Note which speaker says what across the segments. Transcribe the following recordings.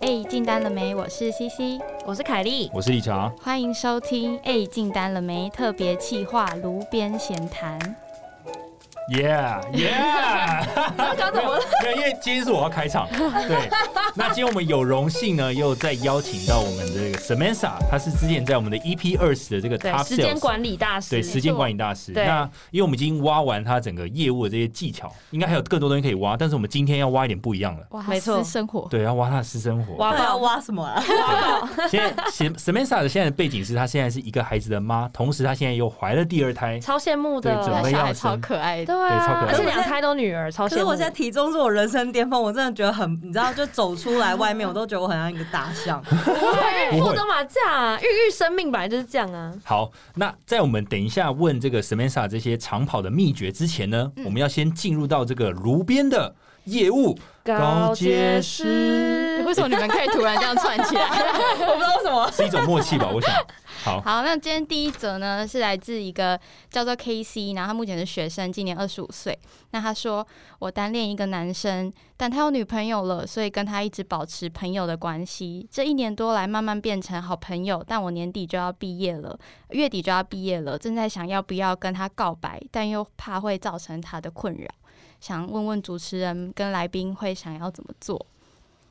Speaker 1: 哎，进单了没？我是 CC，
Speaker 2: 我是凯莉，
Speaker 3: 我是一茶，
Speaker 1: 欢迎收听《哎，进单了没》特别企划炉边闲谈。
Speaker 3: 耶耶！
Speaker 2: 刚怎么了？
Speaker 3: 没有，因为今天是我要开场。对，那今天我们有荣幸呢，又再邀请到我们的这个 Samantha，她是之前在我们的 EP 二十的这个
Speaker 2: 对
Speaker 3: Top，
Speaker 2: 时间
Speaker 3: Sales。
Speaker 2: 管理大师，
Speaker 3: 对时间管理大师，
Speaker 2: 对
Speaker 3: 那因为我们已经挖完他整个业务的这些技巧，应该还有更多东西可以挖，但是我们今天要挖一点不一样的，
Speaker 1: 哇，
Speaker 2: 没错
Speaker 1: 私生活
Speaker 3: 对，要挖他的私生活。
Speaker 2: 哦挖
Speaker 4: 那要
Speaker 2: 爆
Speaker 4: 挖什么啊？
Speaker 3: 现在 Sam- Samantha 的现在的背景是她现在是一个孩子的妈，同时她现在又怀了第二胎，
Speaker 2: 超羡慕的
Speaker 3: 对，准
Speaker 1: 那
Speaker 3: 备
Speaker 1: 小
Speaker 3: 要
Speaker 1: 孩超
Speaker 3: 生
Speaker 1: 可爱的，
Speaker 2: 对
Speaker 3: 对超
Speaker 2: 啊，
Speaker 3: 可爱
Speaker 2: 而且两胎都女儿，超
Speaker 4: 可
Speaker 2: 羡
Speaker 4: 是
Speaker 2: 慕
Speaker 4: 我现。在体重是我人生巅峰，我真的觉得很，你知道，就走出来外面，我都觉得我很像一个大 象。
Speaker 2: 对
Speaker 3: 不会
Speaker 2: 富德马这样啊，孕育生命本来就是这样啊。
Speaker 3: 好，那在我们等一下问这个 Samantha 这些长跑的秘诀之前呢，
Speaker 2: 嗯
Speaker 3: 我们要先进入到这个炉边的业务高阶师
Speaker 1: 为什么你们可以突然这样串起来？
Speaker 4: 我不知道为什么，
Speaker 3: 是一种默契吧？ 我想，好，
Speaker 1: 好，那今天第一则呢是来自一个叫做 KC，然后他目前是学生，今年二十五岁。那他说我单恋一个男生，但他有女朋友了，所以跟他一直保持朋友的关系。这一年多来慢慢变成好朋友，但我年底就要毕业了，月底就要毕业了，正在想要不要跟他告白，但又怕会造成他的困扰。想问问主持人跟来宾会想要怎么做？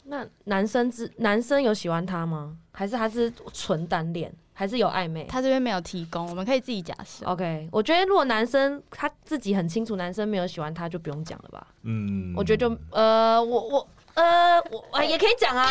Speaker 2: 那男生之男生有喜欢她吗？还是他是纯单恋？还是有暧昧？
Speaker 1: 他这边没有提供，我们可以自己假设。
Speaker 2: OK，我觉得如果男生他自己很清楚，男生没有喜欢他就不用讲了吧。
Speaker 3: 嗯，
Speaker 2: 我觉得就呃，我我呃，我啊也可以讲啊，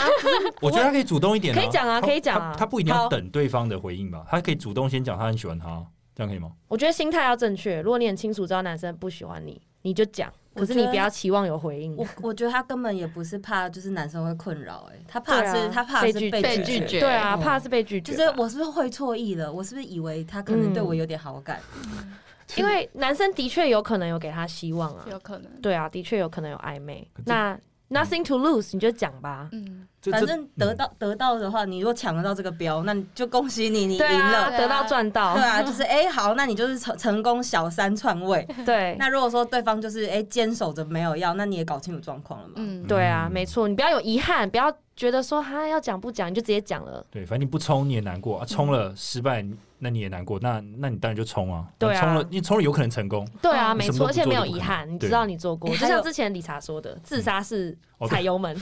Speaker 3: 我觉得他可以主动一点、
Speaker 2: 可以讲啊
Speaker 3: 他
Speaker 2: 可以讲啊
Speaker 3: 他他不一定要
Speaker 2: 好
Speaker 3: 等对方的回应吧，他可以主动先讲他很喜欢他，这样可以吗？
Speaker 2: 我觉得心态要正确。如果你很清楚知道男生不喜欢你，你就讲，
Speaker 4: 我
Speaker 2: 可是
Speaker 4: 觉
Speaker 2: 你
Speaker 4: 得
Speaker 2: 不要期望有回应。
Speaker 4: 我我觉得他根本也不是怕，就是男生会困扰，哎，他怕
Speaker 2: 对啊
Speaker 4: 是他怕是
Speaker 2: 被拒
Speaker 4: 被
Speaker 1: 被拒
Speaker 4: 拒
Speaker 1: 绝
Speaker 4: 绝，
Speaker 2: 对啊，
Speaker 4: 嗯
Speaker 2: 怕是被拒绝
Speaker 4: 就
Speaker 2: 吧。
Speaker 4: 是我是不是会错意了？我是不是以为他可能对我有点好感？
Speaker 1: 嗯
Speaker 2: 因为男生的确有可能有给他希望啊，
Speaker 1: 有可能，
Speaker 2: 对啊，的确有可能有暧昧
Speaker 3: 可。是
Speaker 2: 那 nothing to lose，你就讲吧。
Speaker 1: 嗯，
Speaker 3: 这
Speaker 4: 反
Speaker 3: 这
Speaker 4: 正得到得到的话，你如果抢得到这个标，那你就恭喜你，你赢
Speaker 2: 对啊，
Speaker 4: 了。
Speaker 1: 对啊
Speaker 2: 得到赚到
Speaker 4: 对。啊，就是哎、好，那你就是成成功小三篡 位。
Speaker 2: 对
Speaker 4: 那如嗯果说对方就是哎、坚守着没有要，那你也搞清楚状况了嘛？
Speaker 1: 嗯，
Speaker 2: 对啊，
Speaker 3: 嗯
Speaker 2: 没错，你不要有遗憾，不要觉得说哈要讲不讲，你就直接讲了。
Speaker 3: 对，反正你不冲你也难
Speaker 2: 嗯
Speaker 3: 过，啊、冲了失败那你也难过，那那你当然就冲啊，
Speaker 2: 对啊
Speaker 3: 冲了你冲了有可能成功，
Speaker 2: 对啊，
Speaker 1: 嗯
Speaker 2: 没
Speaker 3: 什么
Speaker 2: 错，
Speaker 3: 都不
Speaker 2: 而且
Speaker 3: 做
Speaker 2: 没有
Speaker 3: 就不
Speaker 2: 遗
Speaker 3: 可
Speaker 2: 憾，
Speaker 3: 能
Speaker 2: 你知道你做过，
Speaker 4: 对
Speaker 2: 就
Speaker 4: 还
Speaker 2: 像
Speaker 4: 有
Speaker 2: 之前理查说的，自杀是
Speaker 3: 哦对
Speaker 2: 踩油门，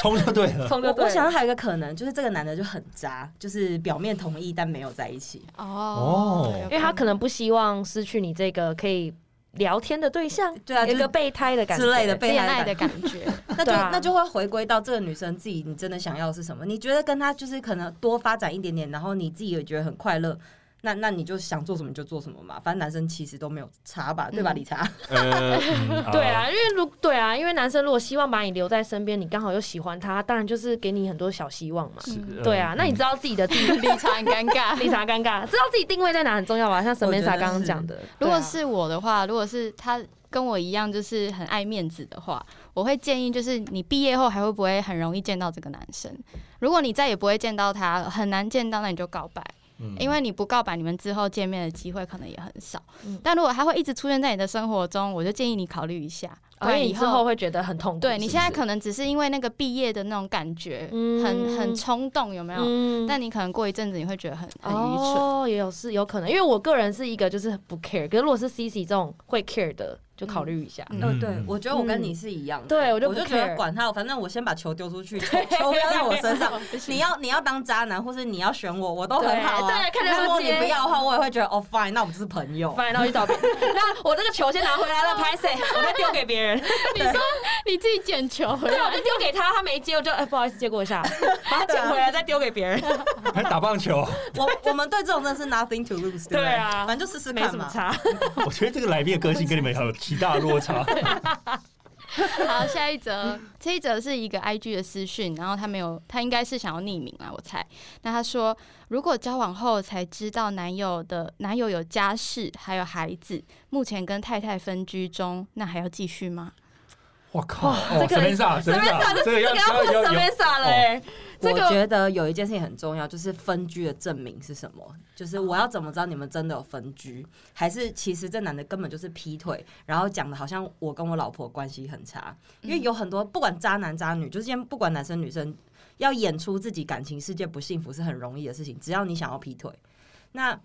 Speaker 3: 冲就对了。
Speaker 2: 冲就
Speaker 4: 我
Speaker 2: 对
Speaker 4: 我
Speaker 2: 了
Speaker 4: 想到还有一个可能，就是这个男的就很渣，就是表面同意但没有在一起。
Speaker 1: 哦
Speaker 3: 哦，
Speaker 2: 因为他可能不希望失去你这个可以聊天的对象，
Speaker 4: 对啊，
Speaker 2: 有
Speaker 4: 就
Speaker 2: 一个
Speaker 4: 是
Speaker 2: 备胎的感觉
Speaker 4: 之类的被
Speaker 1: 恋
Speaker 4: 害
Speaker 1: 爱
Speaker 4: 感
Speaker 1: 的感 觉，
Speaker 4: 那就
Speaker 2: 对啊
Speaker 4: 那就会回归到这个女生自己，你真的想要的是什么？你觉得跟她就是可能多发展一点点，然后你自己也觉得很快乐。那那你就想做什么你就做什么嘛，反正男生其实都没有差吧，对吧，
Speaker 1: 嗯
Speaker 4: 理查？
Speaker 3: 呃，嗯
Speaker 2: 对啊，因为如对啊，因为男生如果希望把你留在身边，你刚好又喜欢他，当然就是给你很多小希望嘛。
Speaker 1: 嗯
Speaker 3: 呃
Speaker 2: 对啊，那你知道自己的定
Speaker 1: 立场很尴 尬。啊
Speaker 2: 立场尴尬，知道自己定位在哪很重要吧？像沈
Speaker 4: 我
Speaker 2: 美
Speaker 4: 觉得
Speaker 2: 莎刚刚
Speaker 4: 是
Speaker 2: 讲的，
Speaker 1: 如果
Speaker 2: 对啊
Speaker 1: 是我的话，如果是他跟我一样，就是很爱面子的话，我会建议就是你毕业后还会不会很容易见到这个男生？如果你再也不会见到他了，很难见到，那你就告白，
Speaker 3: 嗯
Speaker 1: 因为你不告白，你们之后见面的机会可能也很少
Speaker 2: 嗯。
Speaker 1: 但如果他会一直出现在你的生活中，我就建议你考虑一下，不
Speaker 2: 因为
Speaker 1: 然
Speaker 2: 你
Speaker 1: 哦以
Speaker 2: 之后。会觉得很痛苦。
Speaker 1: 对你现在
Speaker 2: 是不是
Speaker 1: 可能只是因为那个毕业的那种感觉，
Speaker 2: 嗯
Speaker 1: 很很冲动，有没有？
Speaker 2: 嗯
Speaker 1: 但你可能过一阵子你会觉得很很愚蠢。
Speaker 2: 哦，也有是有可能，因为我个人是一个就是不 care，可是如果是 C C 这种会 care 的，就考虑一下。
Speaker 1: 嗯
Speaker 4: 嗯，对，我觉得我跟你是一样的。
Speaker 2: 对我
Speaker 4: 我
Speaker 2: 就不
Speaker 4: 觉得
Speaker 2: care
Speaker 4: 管他，反正我先把球丢 出去，球球不要在我身上。你要你要当渣男，或是你要选我，我都很好、啊。
Speaker 2: 对对看着
Speaker 4: 那如果
Speaker 2: 不接
Speaker 4: 你不要的话，我也会觉得哦，fine，那我们就是朋友。
Speaker 2: 反正我去 找别人，那我这个球先拿回来了，拍谁？ 我再丢给别人。
Speaker 1: 你自己捡球回
Speaker 2: 对，啊我就丢给他，他没接，我就哎、不好意思借过一 下，把他捡回来再丢给别人。
Speaker 3: 还打棒球，
Speaker 4: 我我们对这种真的是 nothing to lose，对不对？
Speaker 2: 对啊
Speaker 4: 反正就试 试
Speaker 2: 没
Speaker 4: 看
Speaker 2: 什么
Speaker 4: 嘛。
Speaker 2: 差。
Speaker 3: 我觉得这个来宾的个性跟你们有极大的落差。
Speaker 1: 好，下一则，这一则是一个 IG 的私讯，然后他没有，他应该是想要匿名啊，我猜。那他说，如果交往后才知道男友的男友有家室，还有孩子，目前跟太太分居中，那还要继续吗？
Speaker 3: 我靠，哦
Speaker 2: 这个
Speaker 3: Samantha，
Speaker 2: 什么
Speaker 3: Samantha，
Speaker 2: 这
Speaker 3: 这
Speaker 2: 个
Speaker 3: 个
Speaker 2: 要
Speaker 3: 要
Speaker 2: 破
Speaker 3: 要
Speaker 2: 什
Speaker 3: 要哦
Speaker 2: 么
Speaker 3: 要
Speaker 2: 傻了哎，这
Speaker 4: 我
Speaker 2: 个
Speaker 4: 觉得有一件事情很重要，就是分居的证明是什么？就是我要怎么知道你们真的有分居，还是其实这男的根本就是劈腿，然后讲的好像我跟我老婆关系很差。因为有很多不管渣男渣女，就是今天不管男生女生，要演出自己感情世界不幸福是很容易的事情，只要你想要劈腿，那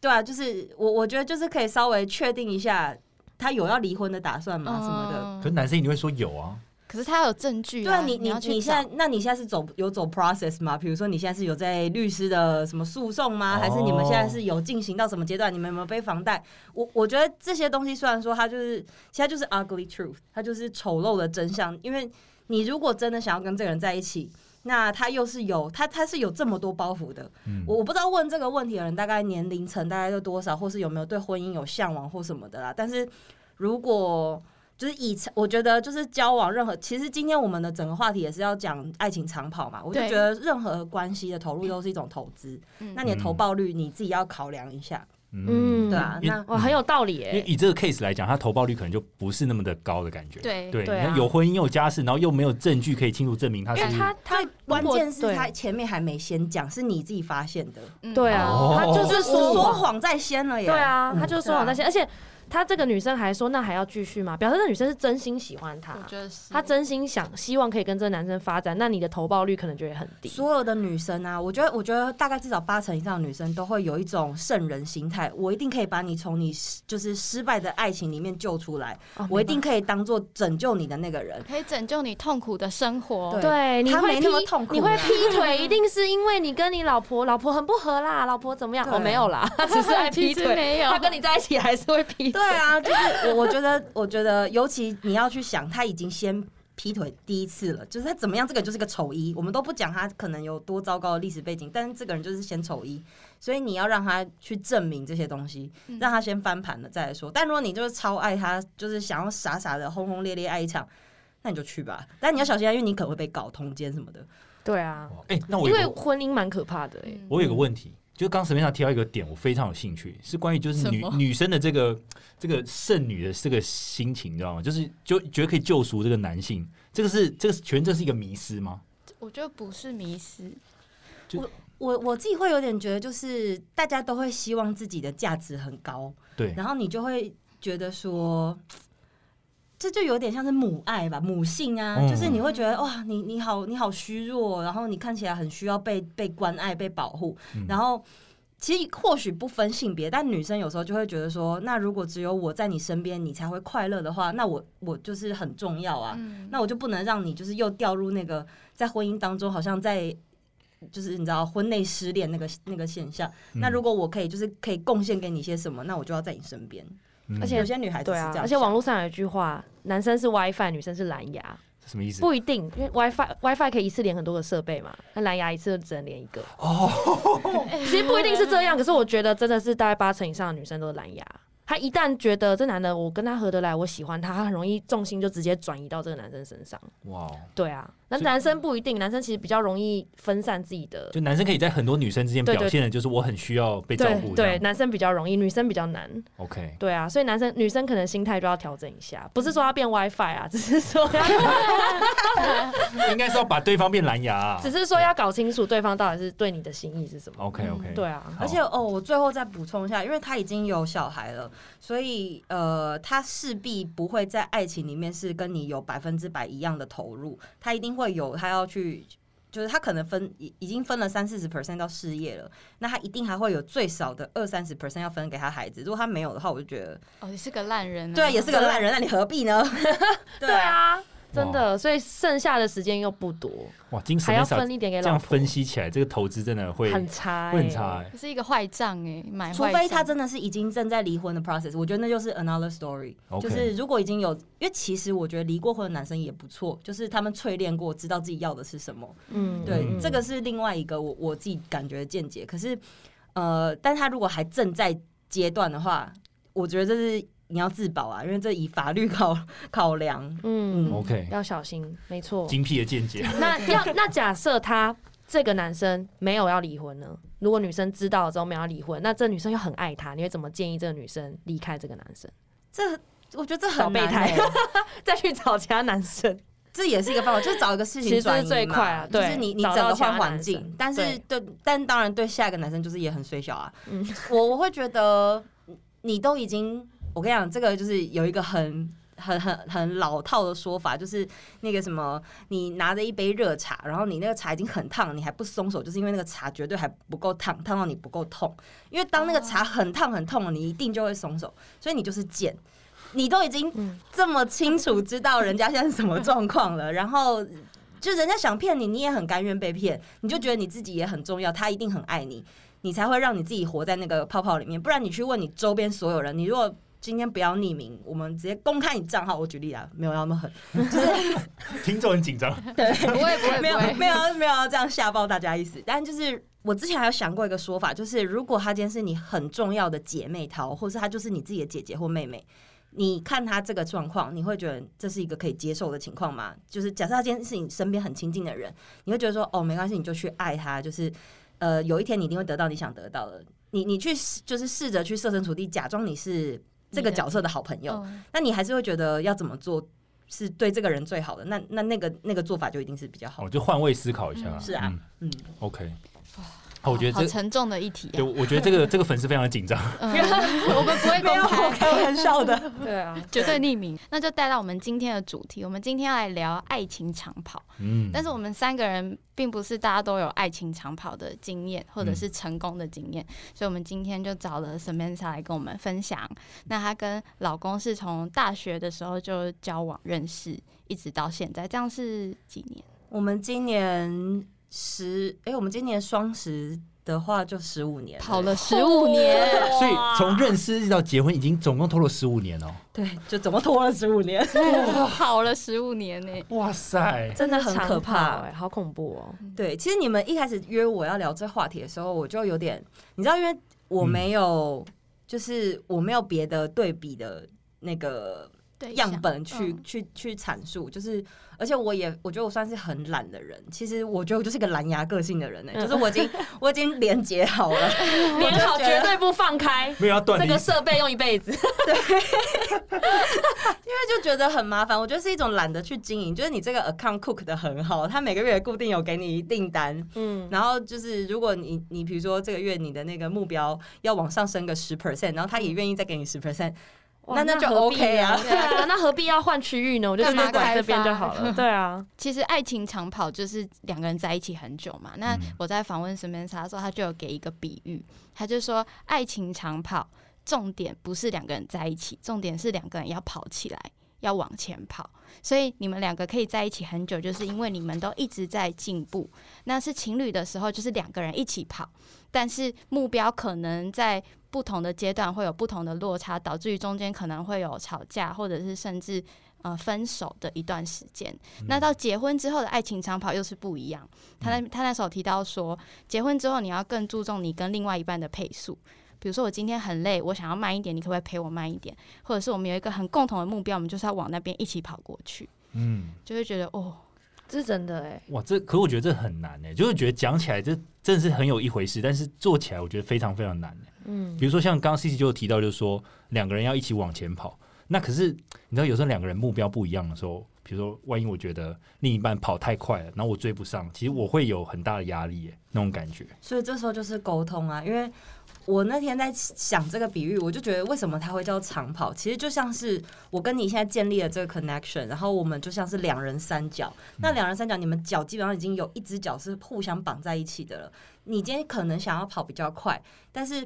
Speaker 4: 对啊，就是我我觉得就是可以稍微确定一下。他有要离婚的打算吗？嗯啊
Speaker 2: 嗯
Speaker 4: 什么的？
Speaker 3: 可是男生一定会说有啊，
Speaker 1: 嗯可是他有证据、
Speaker 4: 对啊，你
Speaker 1: 你
Speaker 4: 你
Speaker 1: 要去
Speaker 4: 你现
Speaker 1: 找
Speaker 4: 在，那你现在是走有走 process 吗？比如说你现在是有在律师的什么诉讼吗？
Speaker 3: 哦
Speaker 4: 还是你们现在是有进行到什么阶段？你们有没有背房贷？我我觉得这些东西虽然说它就是现在就是 ugly truth，它就是丑陋的真相。因为你如果真的想要跟这个人在一起，那他又是有他他是有这么多包袱的。
Speaker 3: 嗯
Speaker 4: 我我不知道问这个问题的人大概年龄层大概都多少，或是有没有对婚姻有向往或什么的啦。但是如果就是以我觉得就是交往任何，其实今天我们的整个话题也是要讲爱情长跑嘛。我就
Speaker 1: 对
Speaker 4: 觉得任何关系的投入都是一种投资，
Speaker 1: 嗯
Speaker 4: 那你的投报率你自己要考量一下，
Speaker 3: 嗯，
Speaker 4: 对啊。
Speaker 3: 因嗯
Speaker 4: 那
Speaker 2: 哇，很有道理
Speaker 3: 因为
Speaker 2: 哎，
Speaker 3: 以这个 case 来讲，他投报率可能就不是那么的高的感觉。
Speaker 1: 对
Speaker 3: 对，
Speaker 2: 对啊
Speaker 3: 你看有婚姻又有家室，然后又没有证据可以清楚证明他
Speaker 2: 因为
Speaker 3: 是
Speaker 2: 他他
Speaker 4: 关键是
Speaker 2: 对
Speaker 4: 他前面还没先讲，是你自己发现的，
Speaker 1: 嗯
Speaker 2: 对啊
Speaker 3: 哦，
Speaker 2: 他就是说
Speaker 4: 说
Speaker 2: 谎。
Speaker 4: 谎在先了耶。嗯
Speaker 2: 对啊，他就说谎在
Speaker 4: 先。
Speaker 2: 先，而且他这个女生还说，那还要继续吗？表示那女生是真心喜欢他
Speaker 1: 我，觉得是
Speaker 2: 她真心想希望可以跟这个男生发展，那你的投报率可能就会很低。
Speaker 4: 所有的女生啊，我觉得，我觉得大概至少八成以上的女生都会有一种圣人心态，我一定可以把你从你失就是失败的爱情里面救出来，
Speaker 2: 哦
Speaker 4: 我一定可以当做拯救你的那个人。
Speaker 1: 可以拯救你痛苦的生活。
Speaker 2: 对，
Speaker 4: 对
Speaker 2: 你
Speaker 4: 他
Speaker 2: 会
Speaker 4: 没那么
Speaker 2: 劈
Speaker 4: 痛苦
Speaker 2: 你 会
Speaker 4: 啦
Speaker 2: 劈腿，一定是因为你跟你老婆老婆很不合啦，老婆怎么样？
Speaker 4: 对
Speaker 2: 哦，没有啦， 她只 是爱
Speaker 1: 其
Speaker 2: 劈
Speaker 1: 实
Speaker 2: 腿，
Speaker 1: 没有
Speaker 2: 她跟你在一起还是会劈腿。
Speaker 4: 对啊，就是我我觉得，我觉得，尤其你要去想，他已经先劈腿第一次了，就是他怎么样，这个就是个丑一。我们都不讲他可能有多糟糕的历史背景，但是这个人就是先丑一，所以你要让他去证明这些东西，
Speaker 1: 嗯
Speaker 4: 让他先翻盘了再来说。但如果你就是超爱他，就是想要傻傻的轰轰烈烈爱一场。那你就去吧，但你要小心啊，因为你可能会被搞通奸什么的。
Speaker 2: 对啊，
Speaker 3: 哦哎，那我
Speaker 2: 因
Speaker 3: 有
Speaker 2: 为
Speaker 3: 个
Speaker 2: 婚姻蛮可怕的哎。
Speaker 3: 我有个问题，就是刚沈面上提到一个点，我非常有兴趣，是关于就是女
Speaker 1: 什么
Speaker 3: 女生的这个这个剩女的这个心情，你知道吗？就是就觉得可以救赎这个男性，这个是这个全这是一个迷失吗？
Speaker 1: 嗯我觉得不是迷失，
Speaker 4: 我我自己会有点觉得，就是大家都会希望自己的价值很高，
Speaker 3: 对，
Speaker 4: 然后你就会觉得说，这就有点像是母爱吧，母性啊，
Speaker 3: 嗯
Speaker 4: 就是你会觉得哇，你你好你好虚弱，然后你看起来很需要被被关爱、被保护，
Speaker 3: 嗯
Speaker 4: 然后。其实或许不分性别，但女生有时候就会觉得说，那如果只有我在你身边，你才会快乐的话，那我我就是很重要啊。
Speaker 1: 嗯，
Speaker 4: 那我就不能让你就是又掉入那个在婚姻当中好像在就是你知道婚内失恋那个那个现象。
Speaker 3: 嗯
Speaker 4: 那如果我可以就是可以贡献给你些什么，那我就要在你身边。
Speaker 3: 嗯
Speaker 2: 而且
Speaker 4: 有些女孩子
Speaker 2: 对
Speaker 4: 是
Speaker 2: 啊
Speaker 4: 这样，想，
Speaker 2: 而且网络上有一句话，男生是 WiFi，女生是蓝牙，
Speaker 3: 什么意思？
Speaker 2: 不一定，因为 WiFi WiFi 可以一次连很多个设备嘛，那蓝牙一次就只能连一个。
Speaker 3: 哦
Speaker 2: 其实不一定是这样，可是我觉得真的是大概八成以上的女生都是蓝牙。她一旦觉得这男的我跟他合得来，我喜欢他，她很容易重心就直接转移到这个男生身上。
Speaker 3: 哇哦，
Speaker 2: 对啊，那
Speaker 3: 所以
Speaker 2: 男生不一定，男生其实比较容易分散自己的，
Speaker 3: 就男生可以在很多女生之间
Speaker 2: 对对
Speaker 3: 表现的，就是我很需要被照
Speaker 2: 对
Speaker 3: 顾这
Speaker 2: 对，
Speaker 3: 样。
Speaker 2: 男生比较容易，女生比较难。
Speaker 3: OK，
Speaker 2: 对啊，所以男生女生可能心态就要调整一下，不是说要变 WiFi 啊，只是说
Speaker 3: 应该是要把对方变蓝牙啊。
Speaker 2: 只是说要搞清楚对方到底是对你的心意是什么。
Speaker 3: OK OK，
Speaker 2: 对啊，
Speaker 3: 好
Speaker 4: 而且哦，我最后再补充一下，因为他已经有小孩了，所以呃，他势必不会在爱情里面是跟你有百分之百一样的投入，他一定会有他要去。就是他可能分已已经分了三四十 percent 到事业了，那他一定还会有最少的二三十 percent 要分给他孩子。如果他没有的话，我就觉得
Speaker 1: 哦，你是个烂人、啊，
Speaker 4: 对啊，也是个烂人，那你何必呢？ 对
Speaker 2: 对，啊，真的，所以剩下的时间又不多，
Speaker 3: 哇，精神
Speaker 2: 还要分一点给
Speaker 3: 这
Speaker 2: 老
Speaker 3: 样
Speaker 2: 婆
Speaker 3: 分，析起来，这个投资真的会
Speaker 2: 很差、欸，
Speaker 3: 会很差。欸。
Speaker 1: 这是一个坏账哎，买坏
Speaker 4: 除
Speaker 1: 账
Speaker 4: 非他真的是已经正在离婚的 process，我觉得那就是 another story。
Speaker 3: OK
Speaker 4: 就是如果已经有，因为其实我觉得离过婚的男生也不错，就是他们淬炼过，知道自己要的是什么。
Speaker 2: 嗯，
Speaker 4: 对，
Speaker 3: 嗯
Speaker 4: 这个是另外一个我我自己感觉的见解。可是，呃，但他如果还正在阶段的话，我觉得这是你要自保啊，因为这以法律考考量。
Speaker 2: 嗯
Speaker 4: 嗯
Speaker 3: OK，
Speaker 2: 要小心，没错。
Speaker 3: 精辟的见解。
Speaker 2: 那要那假设他这个男生没有要离婚呢？如果女生知道了之后没有要离婚，那这女生又很爱他，你会怎么建议这个女生离开这个男生？
Speaker 4: 这我觉得这
Speaker 2: 找
Speaker 4: 很
Speaker 2: 备
Speaker 4: 难
Speaker 2: 胎
Speaker 4: 欸
Speaker 2: 再去找其他男生。
Speaker 4: 这也是一个办法，就是找一个事
Speaker 2: 其
Speaker 4: 情
Speaker 2: 实
Speaker 4: 转
Speaker 2: 这
Speaker 4: 移
Speaker 2: 是最
Speaker 4: 嘛
Speaker 2: 快啊
Speaker 4: 就
Speaker 2: 对
Speaker 4: 是你你
Speaker 2: 找
Speaker 4: 整
Speaker 2: 到
Speaker 4: 个
Speaker 2: 其他
Speaker 4: 换环
Speaker 2: 男生
Speaker 4: 境，但是对，但当然对下一个男生就是也很虽小啊。
Speaker 2: 嗯
Speaker 4: 我我会觉得你都已经，我跟你讲，这个就是有一个很。很很很老套的说法，就是那个什么，你拿着一杯热茶，然后你那个茶已经很烫，你还不松手，就是因为那个茶绝对还不够烫，烫到你不够痛。因为当那个茶很烫很痛了，你一定就会松手，所以你就是贱。你都已经
Speaker 2: 嗯
Speaker 4: 这么清楚知道人家现在是什么状况了，然后就人家想骗你，你也很甘愿被骗，你就觉得你自己也很重要，他一定很爱你，你才会让你自己活在那个泡泡里面。不然你去问你周边所有人，你如果今天不要匿名，我们直接公开你账号。我举例啊，没有那么狠，
Speaker 3: 听众很紧 张，
Speaker 1: 不会不会
Speaker 4: 没
Speaker 1: 哎不会，
Speaker 4: 有没有没有要这样吓爆大家意思。但就是我之前还有想过一个说法，就是如果她今天是你很重要的姐妹淘，或是她就是你自己的姐姐或妹妹，你看她这个状况，你会觉得这是一个可以接受的情况吗？就是假设她今天是你身边很亲近的人，你会觉得说哦没关系，你就去爱她，就是呃有一天你一定会得到你想得到的。你你去就是试着去设身处地，假装你是这个角色的好朋友，
Speaker 1: 嗯
Speaker 4: 那你还是会觉得要怎么做是对这个人最好的。那那那个那个做法就一定是比较好的
Speaker 3: 我就换位思考一下啊。
Speaker 1: 嗯
Speaker 4: 是啊
Speaker 3: 嗯
Speaker 4: 嗯，
Speaker 3: ，OK。好我觉
Speaker 1: 好
Speaker 3: 得这，
Speaker 1: 沉重的一题啊
Speaker 3: 对，我觉得这个这个粉丝非常的紧张。
Speaker 1: 嗯我们不会公开。
Speaker 4: 开玩笑的。
Speaker 2: 对啊，
Speaker 1: 绝对匿名，那就带到我们今天的主题。我们今天要来聊爱情长跑，
Speaker 3: 嗯，
Speaker 1: 但是我们三个人并不是大家都有爱情长跑的经验，或者是成功的经验，所以我们今天就找了 Samantha 来跟我们分享。那她跟老公是从大学的时候就交往认识，一直到现在，这样是几年？
Speaker 4: 我们今年十，哎、我们今年双十的话就十五年了
Speaker 1: 跑了十五年，
Speaker 3: 所以从认识一直到结婚，已经总共拖了十五年哦。
Speaker 4: 对，就怎么拖了十五年，
Speaker 1: 跑了十五年呢、
Speaker 3: 哇塞，
Speaker 4: 真的很可怕。
Speaker 2: 哎、好恐怖哦！
Speaker 4: 对，其实你们一开始约我要聊这话题的时候，我就有点，你知道，因为我没有，就是我没有别的对比的那个
Speaker 1: 对
Speaker 4: 样本去、
Speaker 1: 嗯
Speaker 4: 去去阐述，就是而且我也我觉得我算是很懒的人，其实我觉得我就是个蓝牙个性的人呢、就是我已经我已经连接好了，
Speaker 2: 连好绝对不放开，
Speaker 3: 没有要断
Speaker 2: 这
Speaker 3: 离
Speaker 2: 个设备用一辈子。
Speaker 4: 因为就觉得很麻烦，我觉得是一种懒得去经营，就是你这个 account cook 的很好，他每个月固定有给你订单，
Speaker 2: 嗯，
Speaker 4: 然后就是如果你你比如说这个月你的那个目标要往上升个十 percent，然后他也愿意再给你十 percent，那那就
Speaker 2: 何必
Speaker 4: OK 啊
Speaker 2: 呢对 啊，那何必要换区域呢？我就直
Speaker 1: 干
Speaker 2: 接
Speaker 1: 嘛
Speaker 2: 管这
Speaker 1: 开发
Speaker 2: 边就好 了。对啊，
Speaker 1: 其实爱情长跑就是两个人在一起很久嘛。那
Speaker 3: 嗯
Speaker 1: 我在访问 Samantha 的时候，他就有给一个比喻，他就说爱情长跑重点不是两个人在一起，重点是两个人要跑起来，要往前跑。所以你们两个可以在一起很久，就是因为你们都一直在进步。那是情侣的时候，就是两个人一起跑，但是目标可能在。不同的阶段会有不同的落差，导致于中间可能会有吵架，或者是甚至呃分手的一段时间。那到结婚之后的爱情长跑又是不一样。他那他那时候提到说，结婚之后你要更注重你跟另外一半的配速。比如说我今天很累，我想要慢一点，你可不可以陪我慢一点？或者是我们有一个很共同的目标，我们就是要往那边一起跑过去，
Speaker 3: 嗯，
Speaker 1: 就会觉得哦，
Speaker 2: 这是真的哎、
Speaker 4: 欸
Speaker 3: 哇，这可我觉得这很难呢，就是觉得讲起来这真的是很有一回事，但是做起来我觉得非常非常难欸
Speaker 2: 嗯
Speaker 3: 比如说像刚刚 C C 就有提到，就是说两个人要一起往前跑。那可是你知道，有时候两个人目标不一样的时候，比如说万一我觉得另一半跑太快了，然后我追不上，其实我会有很大的压力耶，欸那种感觉。
Speaker 4: 所以这时候就是沟通啊，因为我那天在想这个比喻，我就觉得为什么它会叫长跑？其实就像是我跟你现在建立了这个 connection，然后我们就像是两人三角。那两人三角，你们脚基本上已经有一只脚是互相绑在一起的了。你今天可能想要跑比较快，但是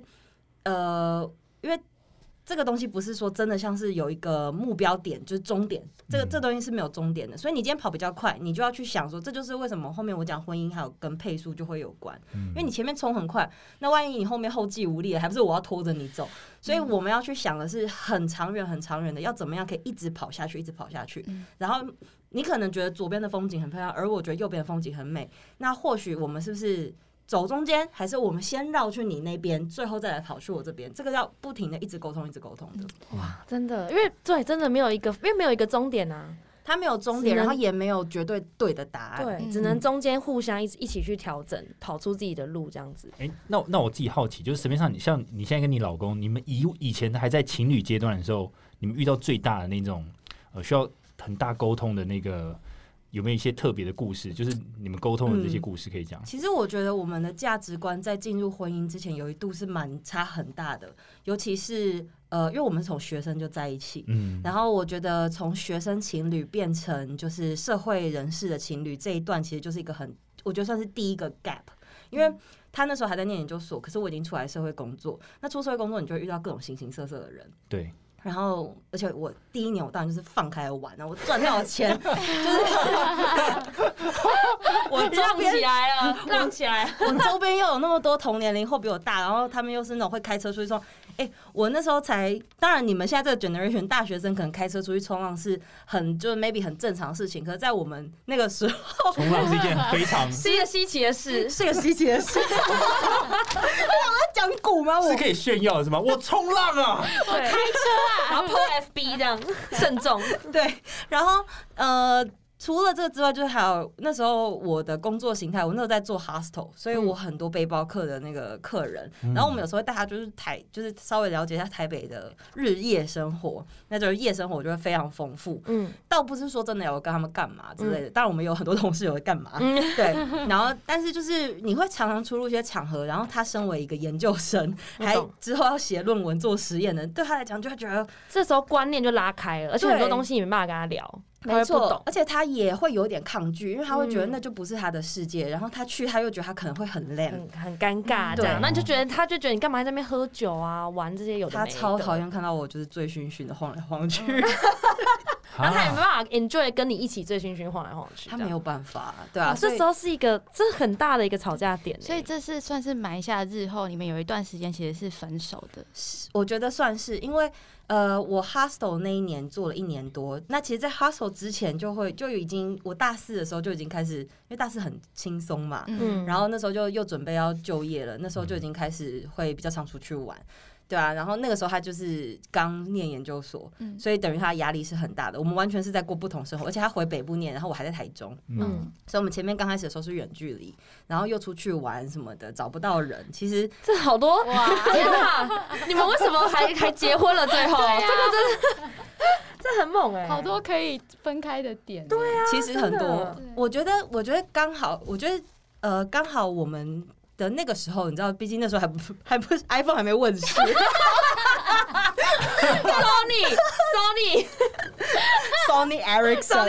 Speaker 4: 呃，因为这个东西不是说真的像是有一个目标点，就是终点，这个
Speaker 3: 嗯
Speaker 4: 这东西是没有终点的。所以你今天跑比较快，你就要去想说，这就是为什么后面我讲婚姻还有跟配速就会有关。
Speaker 3: 嗯
Speaker 4: 因为你前面冲很快，那万一你后面后继无力了，还不是我要拖着你走？所以我们要去想的是很长远、很长远的，要怎么样可以一直跑下去，一直跑下去。
Speaker 1: 嗯
Speaker 4: 然后你可能觉得左边的风景很漂亮，而我觉得右边的风景很美。那或许我们是不是走中间，还是我们先绕去你那边，最后再来跑去我这边？这个要不停的一直沟通，一直沟通的。
Speaker 2: 真的，因为对，真的没有一个，因为没有一个终点啊。
Speaker 4: 它没有终点，
Speaker 2: 只能
Speaker 4: 然后也没有绝对对的答案。
Speaker 2: 对，
Speaker 1: 嗯
Speaker 2: 只能中间互相一一起去调整，跑出自己的路这样子。
Speaker 3: 哎、那那我自己好奇，就是市面上你像你现在跟你老公，你们以以前还在情侣阶段的时候，你们遇到最大的那种呃需要很大沟通的那个，有没有一些特别的故事？就是你们沟通的这些
Speaker 4: 嗯
Speaker 3: 故事可以讲、
Speaker 4: 其实我觉得我们的价值观在进入婚姻之前，有一度是蛮差很大的，尤其是呃，因为我们从学生就在一起，
Speaker 3: 嗯，
Speaker 4: 然后我觉得从学生情侣变成就是社会人士的情侣这一段，其实就是一个很，我觉得算是第一个 gap，因为他那时候还在念研究所，可是我已经出来社会工作。那出社会工作，你就会遇到各种形形色色的人。
Speaker 3: 对，
Speaker 4: 然后，而且我第一年我当然就是放开玩啊，我赚到的钱 就是，我周边
Speaker 2: 来 了，浪起 来了。
Speaker 4: 我周边又有那么多同年龄或比我大，然后他们又是那种会开车出去冲。哎、我那时候才，当然你们现在这个 generation 大学生可能开车出去冲浪是很就是 maybe 很正常的事情，可是，在我们那个时候
Speaker 2: 哦
Speaker 3: 冲浪是一件 非常
Speaker 2: 是一个稀奇的 事，
Speaker 4: 是个稀奇的 事。我想要讲古吗？我
Speaker 3: 是可以炫耀的是吗？我冲浪啊！
Speaker 2: 对，开车啊， 然后 PO FB 这样，慎重。
Speaker 4: 对，然后呃，除了这个之外，就是还有那时候我的工作形态，我那时候在做 hostel，所
Speaker 2: 嗯
Speaker 4: 以我很多背包客的那个客人，然后我们有时候会带他就是台，就是稍微了解一下台北的日夜生活，那就是夜生活就会非常丰富，
Speaker 2: 嗯
Speaker 4: 倒不是说真的有跟他们干嘛之类的，当然我们有很多同事有干嘛，
Speaker 2: 嗯
Speaker 4: 对，然后但是就是你会常常出入一些场合，然后他身为一个研究生，
Speaker 2: 我
Speaker 4: 还
Speaker 2: 懂
Speaker 4: 之后要写论文做实验的，对他来讲就会觉得
Speaker 2: 这时候观念就拉开了，而且很多
Speaker 4: 对
Speaker 2: 东西你没办法跟他聊，他
Speaker 4: 没
Speaker 2: 会不
Speaker 4: 错
Speaker 2: 懂，。
Speaker 4: 而且他也会有点抗拒，因为他会觉得
Speaker 2: 嗯
Speaker 4: 那就不是他的世界，然后他去他又觉得他可能会很 lame，、
Speaker 2: 很很尴尬
Speaker 4: 嗯
Speaker 2: 这样，
Speaker 3: 对
Speaker 2: 那你就觉得他就觉得你干嘛在那边喝酒啊，玩这些有的
Speaker 4: 他
Speaker 2: 没的，
Speaker 4: 超讨，厌看到我就是醉醺醺的晃来晃 去，
Speaker 2: 然后他也没办法
Speaker 3: 啊
Speaker 2: enjoy 跟你一起醉醺醺晃来晃去，
Speaker 4: 他没有办法，对
Speaker 2: 这样。
Speaker 4: 啊，
Speaker 2: 啊，
Speaker 4: 所
Speaker 2: 这
Speaker 4: 以
Speaker 2: 时候是一个这很大的一个吵架点欸，
Speaker 1: 所以这是算是埋下日后你们有一段时间其实是分手的，
Speaker 4: 我觉得算是，因为呃，我 hostel 那一年做了一年多，那其实，在 hostel 之前就会就已经，我大四的时候就已经开始，因为大四很轻松嘛，
Speaker 1: 嗯，
Speaker 4: 然后那时候就又准备要就业了，那时候就已经开始会比较常出去玩，对啊。然后那个时候他就是刚念研究所，
Speaker 1: 嗯
Speaker 4: 所以等于他压力是很大的。我们完全是在过不同生活，而且他回北部念，然后我还在台中，
Speaker 3: 嗯，
Speaker 2: 嗯，
Speaker 4: 所以我们前面刚开始的时候是远距离，然后又出去玩什么的，找不到人。其实
Speaker 2: 这好多
Speaker 1: 哇，
Speaker 2: 天哪！ 你们为什么还还结婚了？最后、这个真的， 这很猛哎、
Speaker 1: 好多可以分开的点，对啊，
Speaker 4: 其实
Speaker 2: 真
Speaker 4: 很
Speaker 2: 的
Speaker 4: 多
Speaker 1: 对，
Speaker 4: 我觉得，我觉得刚好，我觉得呃，刚好我们的那个时候，你知道，毕竟那时候还不还不 iPhone 还没问世，
Speaker 2: Sony Sony
Speaker 4: Sony
Speaker 2: 啊
Speaker 4: Ericsson。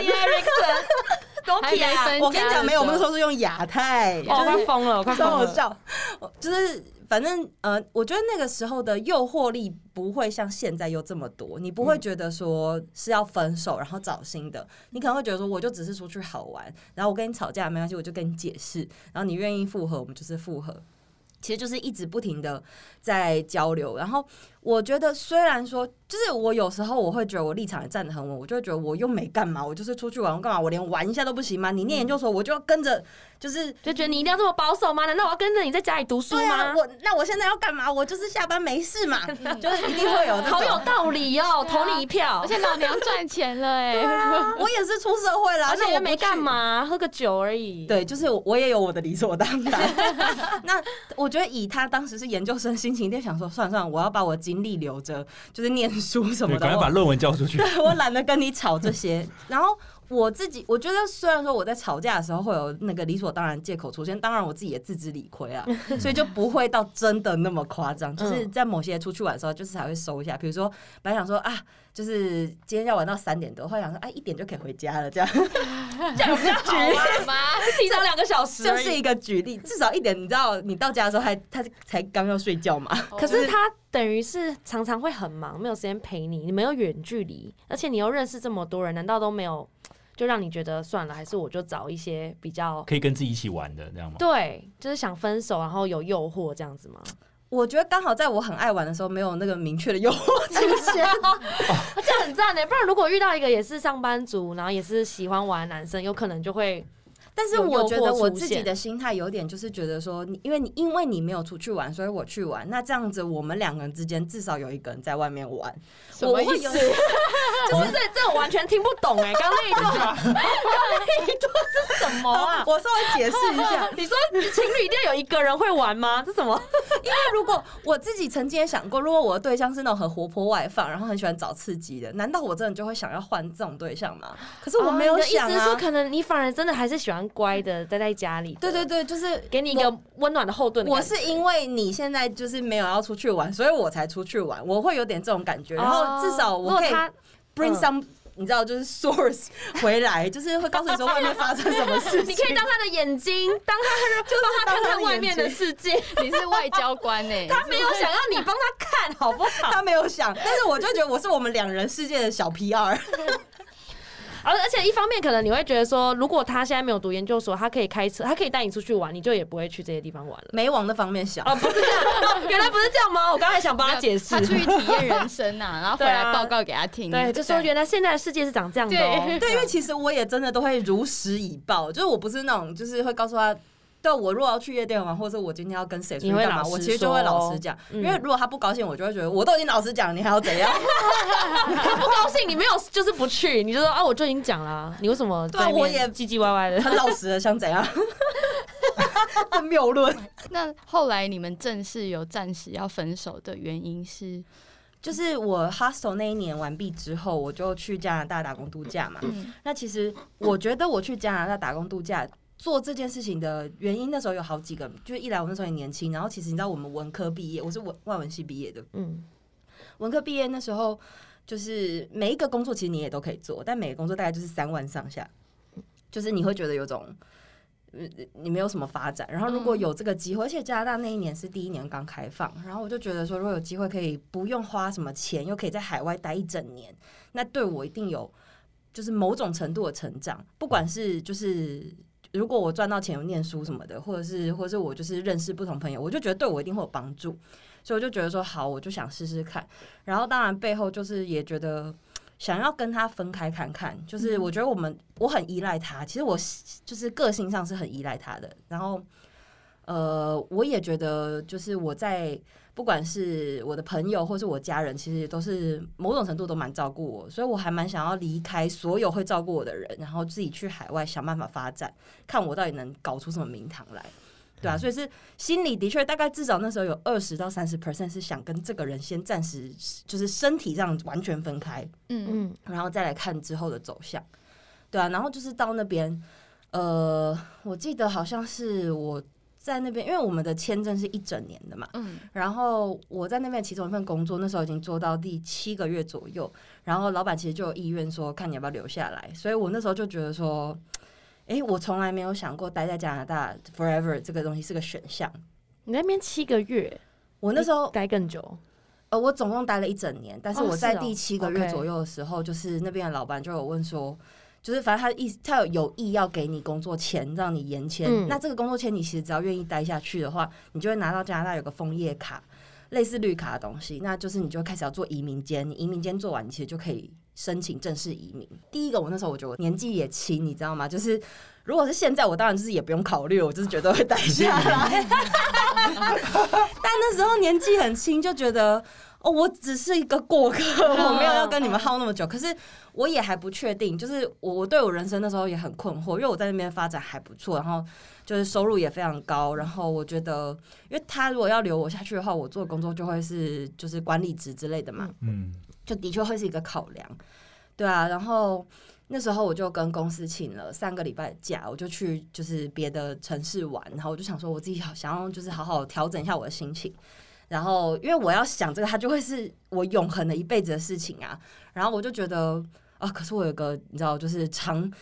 Speaker 2: Ericsson
Speaker 1: 还没分家的时
Speaker 2: Nokia，
Speaker 1: 候
Speaker 4: 我跟你讲，没有，我们那时候是用亚太，就
Speaker 2: 啊哦我
Speaker 4: 是
Speaker 2: 快疯了，我快疯
Speaker 4: 超好
Speaker 2: 了。
Speaker 4: 笑。我就是反正呃，我觉得那个时候的诱惑力不会像现在有这么多，你不会觉得说是要分手然后找新的，你可能会觉得说我就只是出去好玩，然后我跟你吵架没关系，我就跟你解释，然后你愿意复合，我们就是复合。其实就是一直不停的在交流，然后我觉得虽然说，就是我有时候我会觉得我立场也站得很稳，我就会觉得我又没干嘛，我就是出去玩，我干嘛？我连玩一下都不行吗？你念研究所，我就要跟着，就是
Speaker 2: 就觉得你一定要这么保守吗？难道我要跟着你在家里读书
Speaker 4: 对
Speaker 2: 吗
Speaker 4: 啊，？我那我现在要干嘛？我就是下班没 事嘛，就是一定会有这
Speaker 2: 嗯好有
Speaker 4: 种。
Speaker 2: 道理哦，
Speaker 1: 对啊
Speaker 2: 投你一票。
Speaker 1: 而且老娘赚钱了哎、
Speaker 4: 我也是出社会了，
Speaker 2: 而且
Speaker 4: 那
Speaker 2: 又
Speaker 4: 我不
Speaker 2: 没干
Speaker 4: 去。
Speaker 2: 嘛，喝个酒而已。，
Speaker 4: 对，就是我我也有我的理所当然。 那我觉得以他当时是研究生心情，一定想说，算了算了，我要把我精力留着，就是念书什么
Speaker 3: 对，
Speaker 4: 的。
Speaker 3: 赶快把论文交出去。
Speaker 4: 我我懒得跟你吵这些。然后我自己，我觉得虽然说我在吵架的时候会有那个理所当然借口出现，当然我自己也自知理亏啊，所以就不会到真的那么夸张。就是在某些出去玩的时候，就是还会收一下，比如说本来想说啊，就是今天要玩到三点多，后来想说哎、啊、一点就可以回家了，这样
Speaker 2: 这样比较好玩吗？提早两个小时
Speaker 4: 就
Speaker 2: 而已。
Speaker 4: 是一个举例。至少一点，你知道你到家的时候还他才刚要睡觉嘛，
Speaker 2: 可哦
Speaker 1: 哦
Speaker 2: 是他等于是常常会很忙，没有时间陪你，你们又远距离，而且你又认识这么多人，难道都没有就让你觉得算了，还是我就找一些比较
Speaker 3: 可以跟自己一起玩的，这样吗？
Speaker 2: 对，就是想分手，然后有诱惑这样子 吗？
Speaker 4: 我觉得刚好在我很爱玩的时候，没有那个明确的诱惑出现。
Speaker 2: 这样很赞呢。不然如果遇到一个也是上班族，然后也是喜欢玩的男生，有可能就会
Speaker 4: 但是
Speaker 2: 有
Speaker 4: 我
Speaker 2: 诱
Speaker 4: 觉
Speaker 2: 惑
Speaker 4: 得我
Speaker 2: 出
Speaker 4: 自己
Speaker 2: 现
Speaker 4: 的心态有点就是觉得说，你因为你因为你没有出去玩，所以我去玩。那这样子，我们两个人之间至少有一个人在外面玩。
Speaker 1: 什
Speaker 4: 我
Speaker 1: 么
Speaker 4: 会
Speaker 1: 意
Speaker 4: 有
Speaker 1: 思？
Speaker 2: 就是这这我完全听不懂 哎、刚那一段，刚那一段是什么啊？
Speaker 4: 我稍微解释一下，
Speaker 2: 你说情侣一定要有一个人会玩吗？这什么？
Speaker 4: 那如果我自己曾经也想过，如果我的对象是那种很活泼外放，然后很喜欢找刺激的，难道我真的就会想要换这种对象吗？可是我没有
Speaker 2: 哦你的
Speaker 4: 想
Speaker 2: 意思是
Speaker 4: 啊。
Speaker 2: 说，可能你反而真的还是喜欢乖的，待在家里。
Speaker 4: 对对，对，就是
Speaker 2: 给你一个温暖的后盾的
Speaker 4: 我
Speaker 2: 感觉。
Speaker 4: 是因为你现在就是没有要出去玩，所以我才出去玩，我会有点这种感觉。然后至少
Speaker 2: 哦如
Speaker 4: 我
Speaker 2: 果
Speaker 4: 可以
Speaker 2: 他
Speaker 4: bring
Speaker 2: 嗯
Speaker 4: some，、你知道，就是 source 回来，就是会告诉你说外面发生什么事 情。
Speaker 2: 你可以当他的眼睛，当他 就是帮他看看外面的世界。
Speaker 1: 你是外交官哎、
Speaker 2: 他没有想要你帮他看好不 好？
Speaker 4: 他没有想，但是我就觉得我是我们两人世界的小 PR，
Speaker 2: 而而且一方面，可能你会觉得说，如果他现在没有读研究所，他可以开车，他可以带你出去玩，你就也不会去这些地方玩了。
Speaker 4: 没往那方面想。
Speaker 2: 哦，不是这样， 哦原来不是这样吗？我刚才想帮他解释
Speaker 1: 他，出去体验人生呐、然后回
Speaker 2: 对
Speaker 1: 来
Speaker 2: 啊
Speaker 1: 报告给他听。
Speaker 2: 对，就说原来现在的世界是长这样的哦。
Speaker 1: 对
Speaker 4: 对，因 为其实我也真的都会如实以报，就是我不是那种就是会告诉他。对，我如果要去夜店玩，或者我今天要跟谁出去
Speaker 2: 你会
Speaker 4: 干嘛，
Speaker 2: 老实
Speaker 4: 我其实就会老实
Speaker 2: 说
Speaker 4: 讲。
Speaker 2: 嗯
Speaker 4: 因为如果他不高兴，我就会觉得我都已经老实讲，你还要怎样？
Speaker 2: 他不高兴，你没有就是不去，你就说啊，我就已经讲了啊，你为什么
Speaker 4: 对啊
Speaker 2: 在那边
Speaker 4: 我也
Speaker 2: 唧唧歪歪的？
Speaker 4: 很老实的，想怎 样？谬论。
Speaker 1: 那后来你们正式有暂时要分手的原因是，
Speaker 4: 就是我 hostel 那一年完毕之后，我就去加拿大打工度假嘛。
Speaker 1: 嗯
Speaker 4: 那其实我觉得我去加拿大打工度假做这件事情的原因，那时候有好几个，就是一来我那时候也年轻，然后其实你知道我们文科毕业，我是文外文系毕业的，
Speaker 2: 嗯，
Speaker 4: 文科毕业那时候，就是每一个工作其实你也都可以做，但每个工作大概就是三万上下，就是你会觉得有种。呃你没有什么发展，然后如果有这个机会，而且加拿大那一年是第一年刚开放，然后我就觉得说，如果有机会可以不用花什么钱，又可以在海外待一整年，那对我一定有就是某种程度的成长，不管是就是如果我赚到钱有念书什么的，或者是或者是我就是认识不同朋友，我就觉得对我一定会有帮助，所以我就觉得说好，我就想试试看。然后当然背后就是也觉得想要跟他分开看看，就是我觉得我们我很依赖他，其实我是就是个性上是很依赖他的，然后。呃，我也觉得，就是我在不管是我的朋友或是我家人，其实都是某种程度都蛮照顾我，所以我还蛮想要离开所有会照顾我的人，然后自己去海外想办法发展，看我到底能搞出什么名堂来，对啊，所以是心里的确大概至少那时候有二十到三十 percent 是想跟这个人先暂时就是身体上完全分开，
Speaker 1: 嗯，
Speaker 2: 嗯，
Speaker 4: 然后再来看之后的走向，对啊，然后就是到那边，呃，我记得好像是我在那边，因为我们的签证是一整年的嘛，
Speaker 1: 嗯，
Speaker 4: 然后我在那边其中一份工作，那时候已经做到第七个月左右，然后老板其实就有意愿说，看你要不要留下来，所以我那时候就觉得说，诶，我从来没有想过待在加拿大 forever 这个东西是个选项。
Speaker 2: 你那边七个月，
Speaker 4: 我那时候
Speaker 2: 你待更久，
Speaker 4: 呃，我总共待了一整年，但是
Speaker 2: 哦
Speaker 4: 我
Speaker 2: 是
Speaker 4: 在
Speaker 2: 哦
Speaker 4: 第七个月
Speaker 2: ，OK
Speaker 4: 左右的时候，就是那边的老板就有问说，就是反正他意他有有意要给你工作签，让你延签。
Speaker 2: 嗯
Speaker 4: 那这个工作签你其实只要愿意待下去的话，你就会拿到加拿大有个枫叶卡，类似绿卡的东西，那就是你就开始要做移民监，你移民监做完，你其实就可以申请正式移民。第一个，我那时候我觉得我年纪也轻，你知道吗？就是如果是现在，我当然就是也不用考虑，我就是绝对会待下来。 但那时候年纪很轻，就觉得哦，我只是一个过客，我没有要跟你们耗那么久。可是我也还不确定，就是我我对我人生那时候也很困惑，因为我在那边发展还不错，然后就是收入也非常高，然后我觉得。因为他如果要留我下去的话，我做的工作就会是就是管理职之类的嘛，
Speaker 3: 嗯，
Speaker 4: 就的确会是一个考量，对啊。然后那时候我就跟公司请了三个礼拜的假，我就去就是别的城市玩，然后我就想说我自己好想要就是好好调整一下我的心情。然后，因为我要想这个，它就会是我永恒的一辈子的事情啊。然后我就觉得啊，可是我有个你知道，就是长，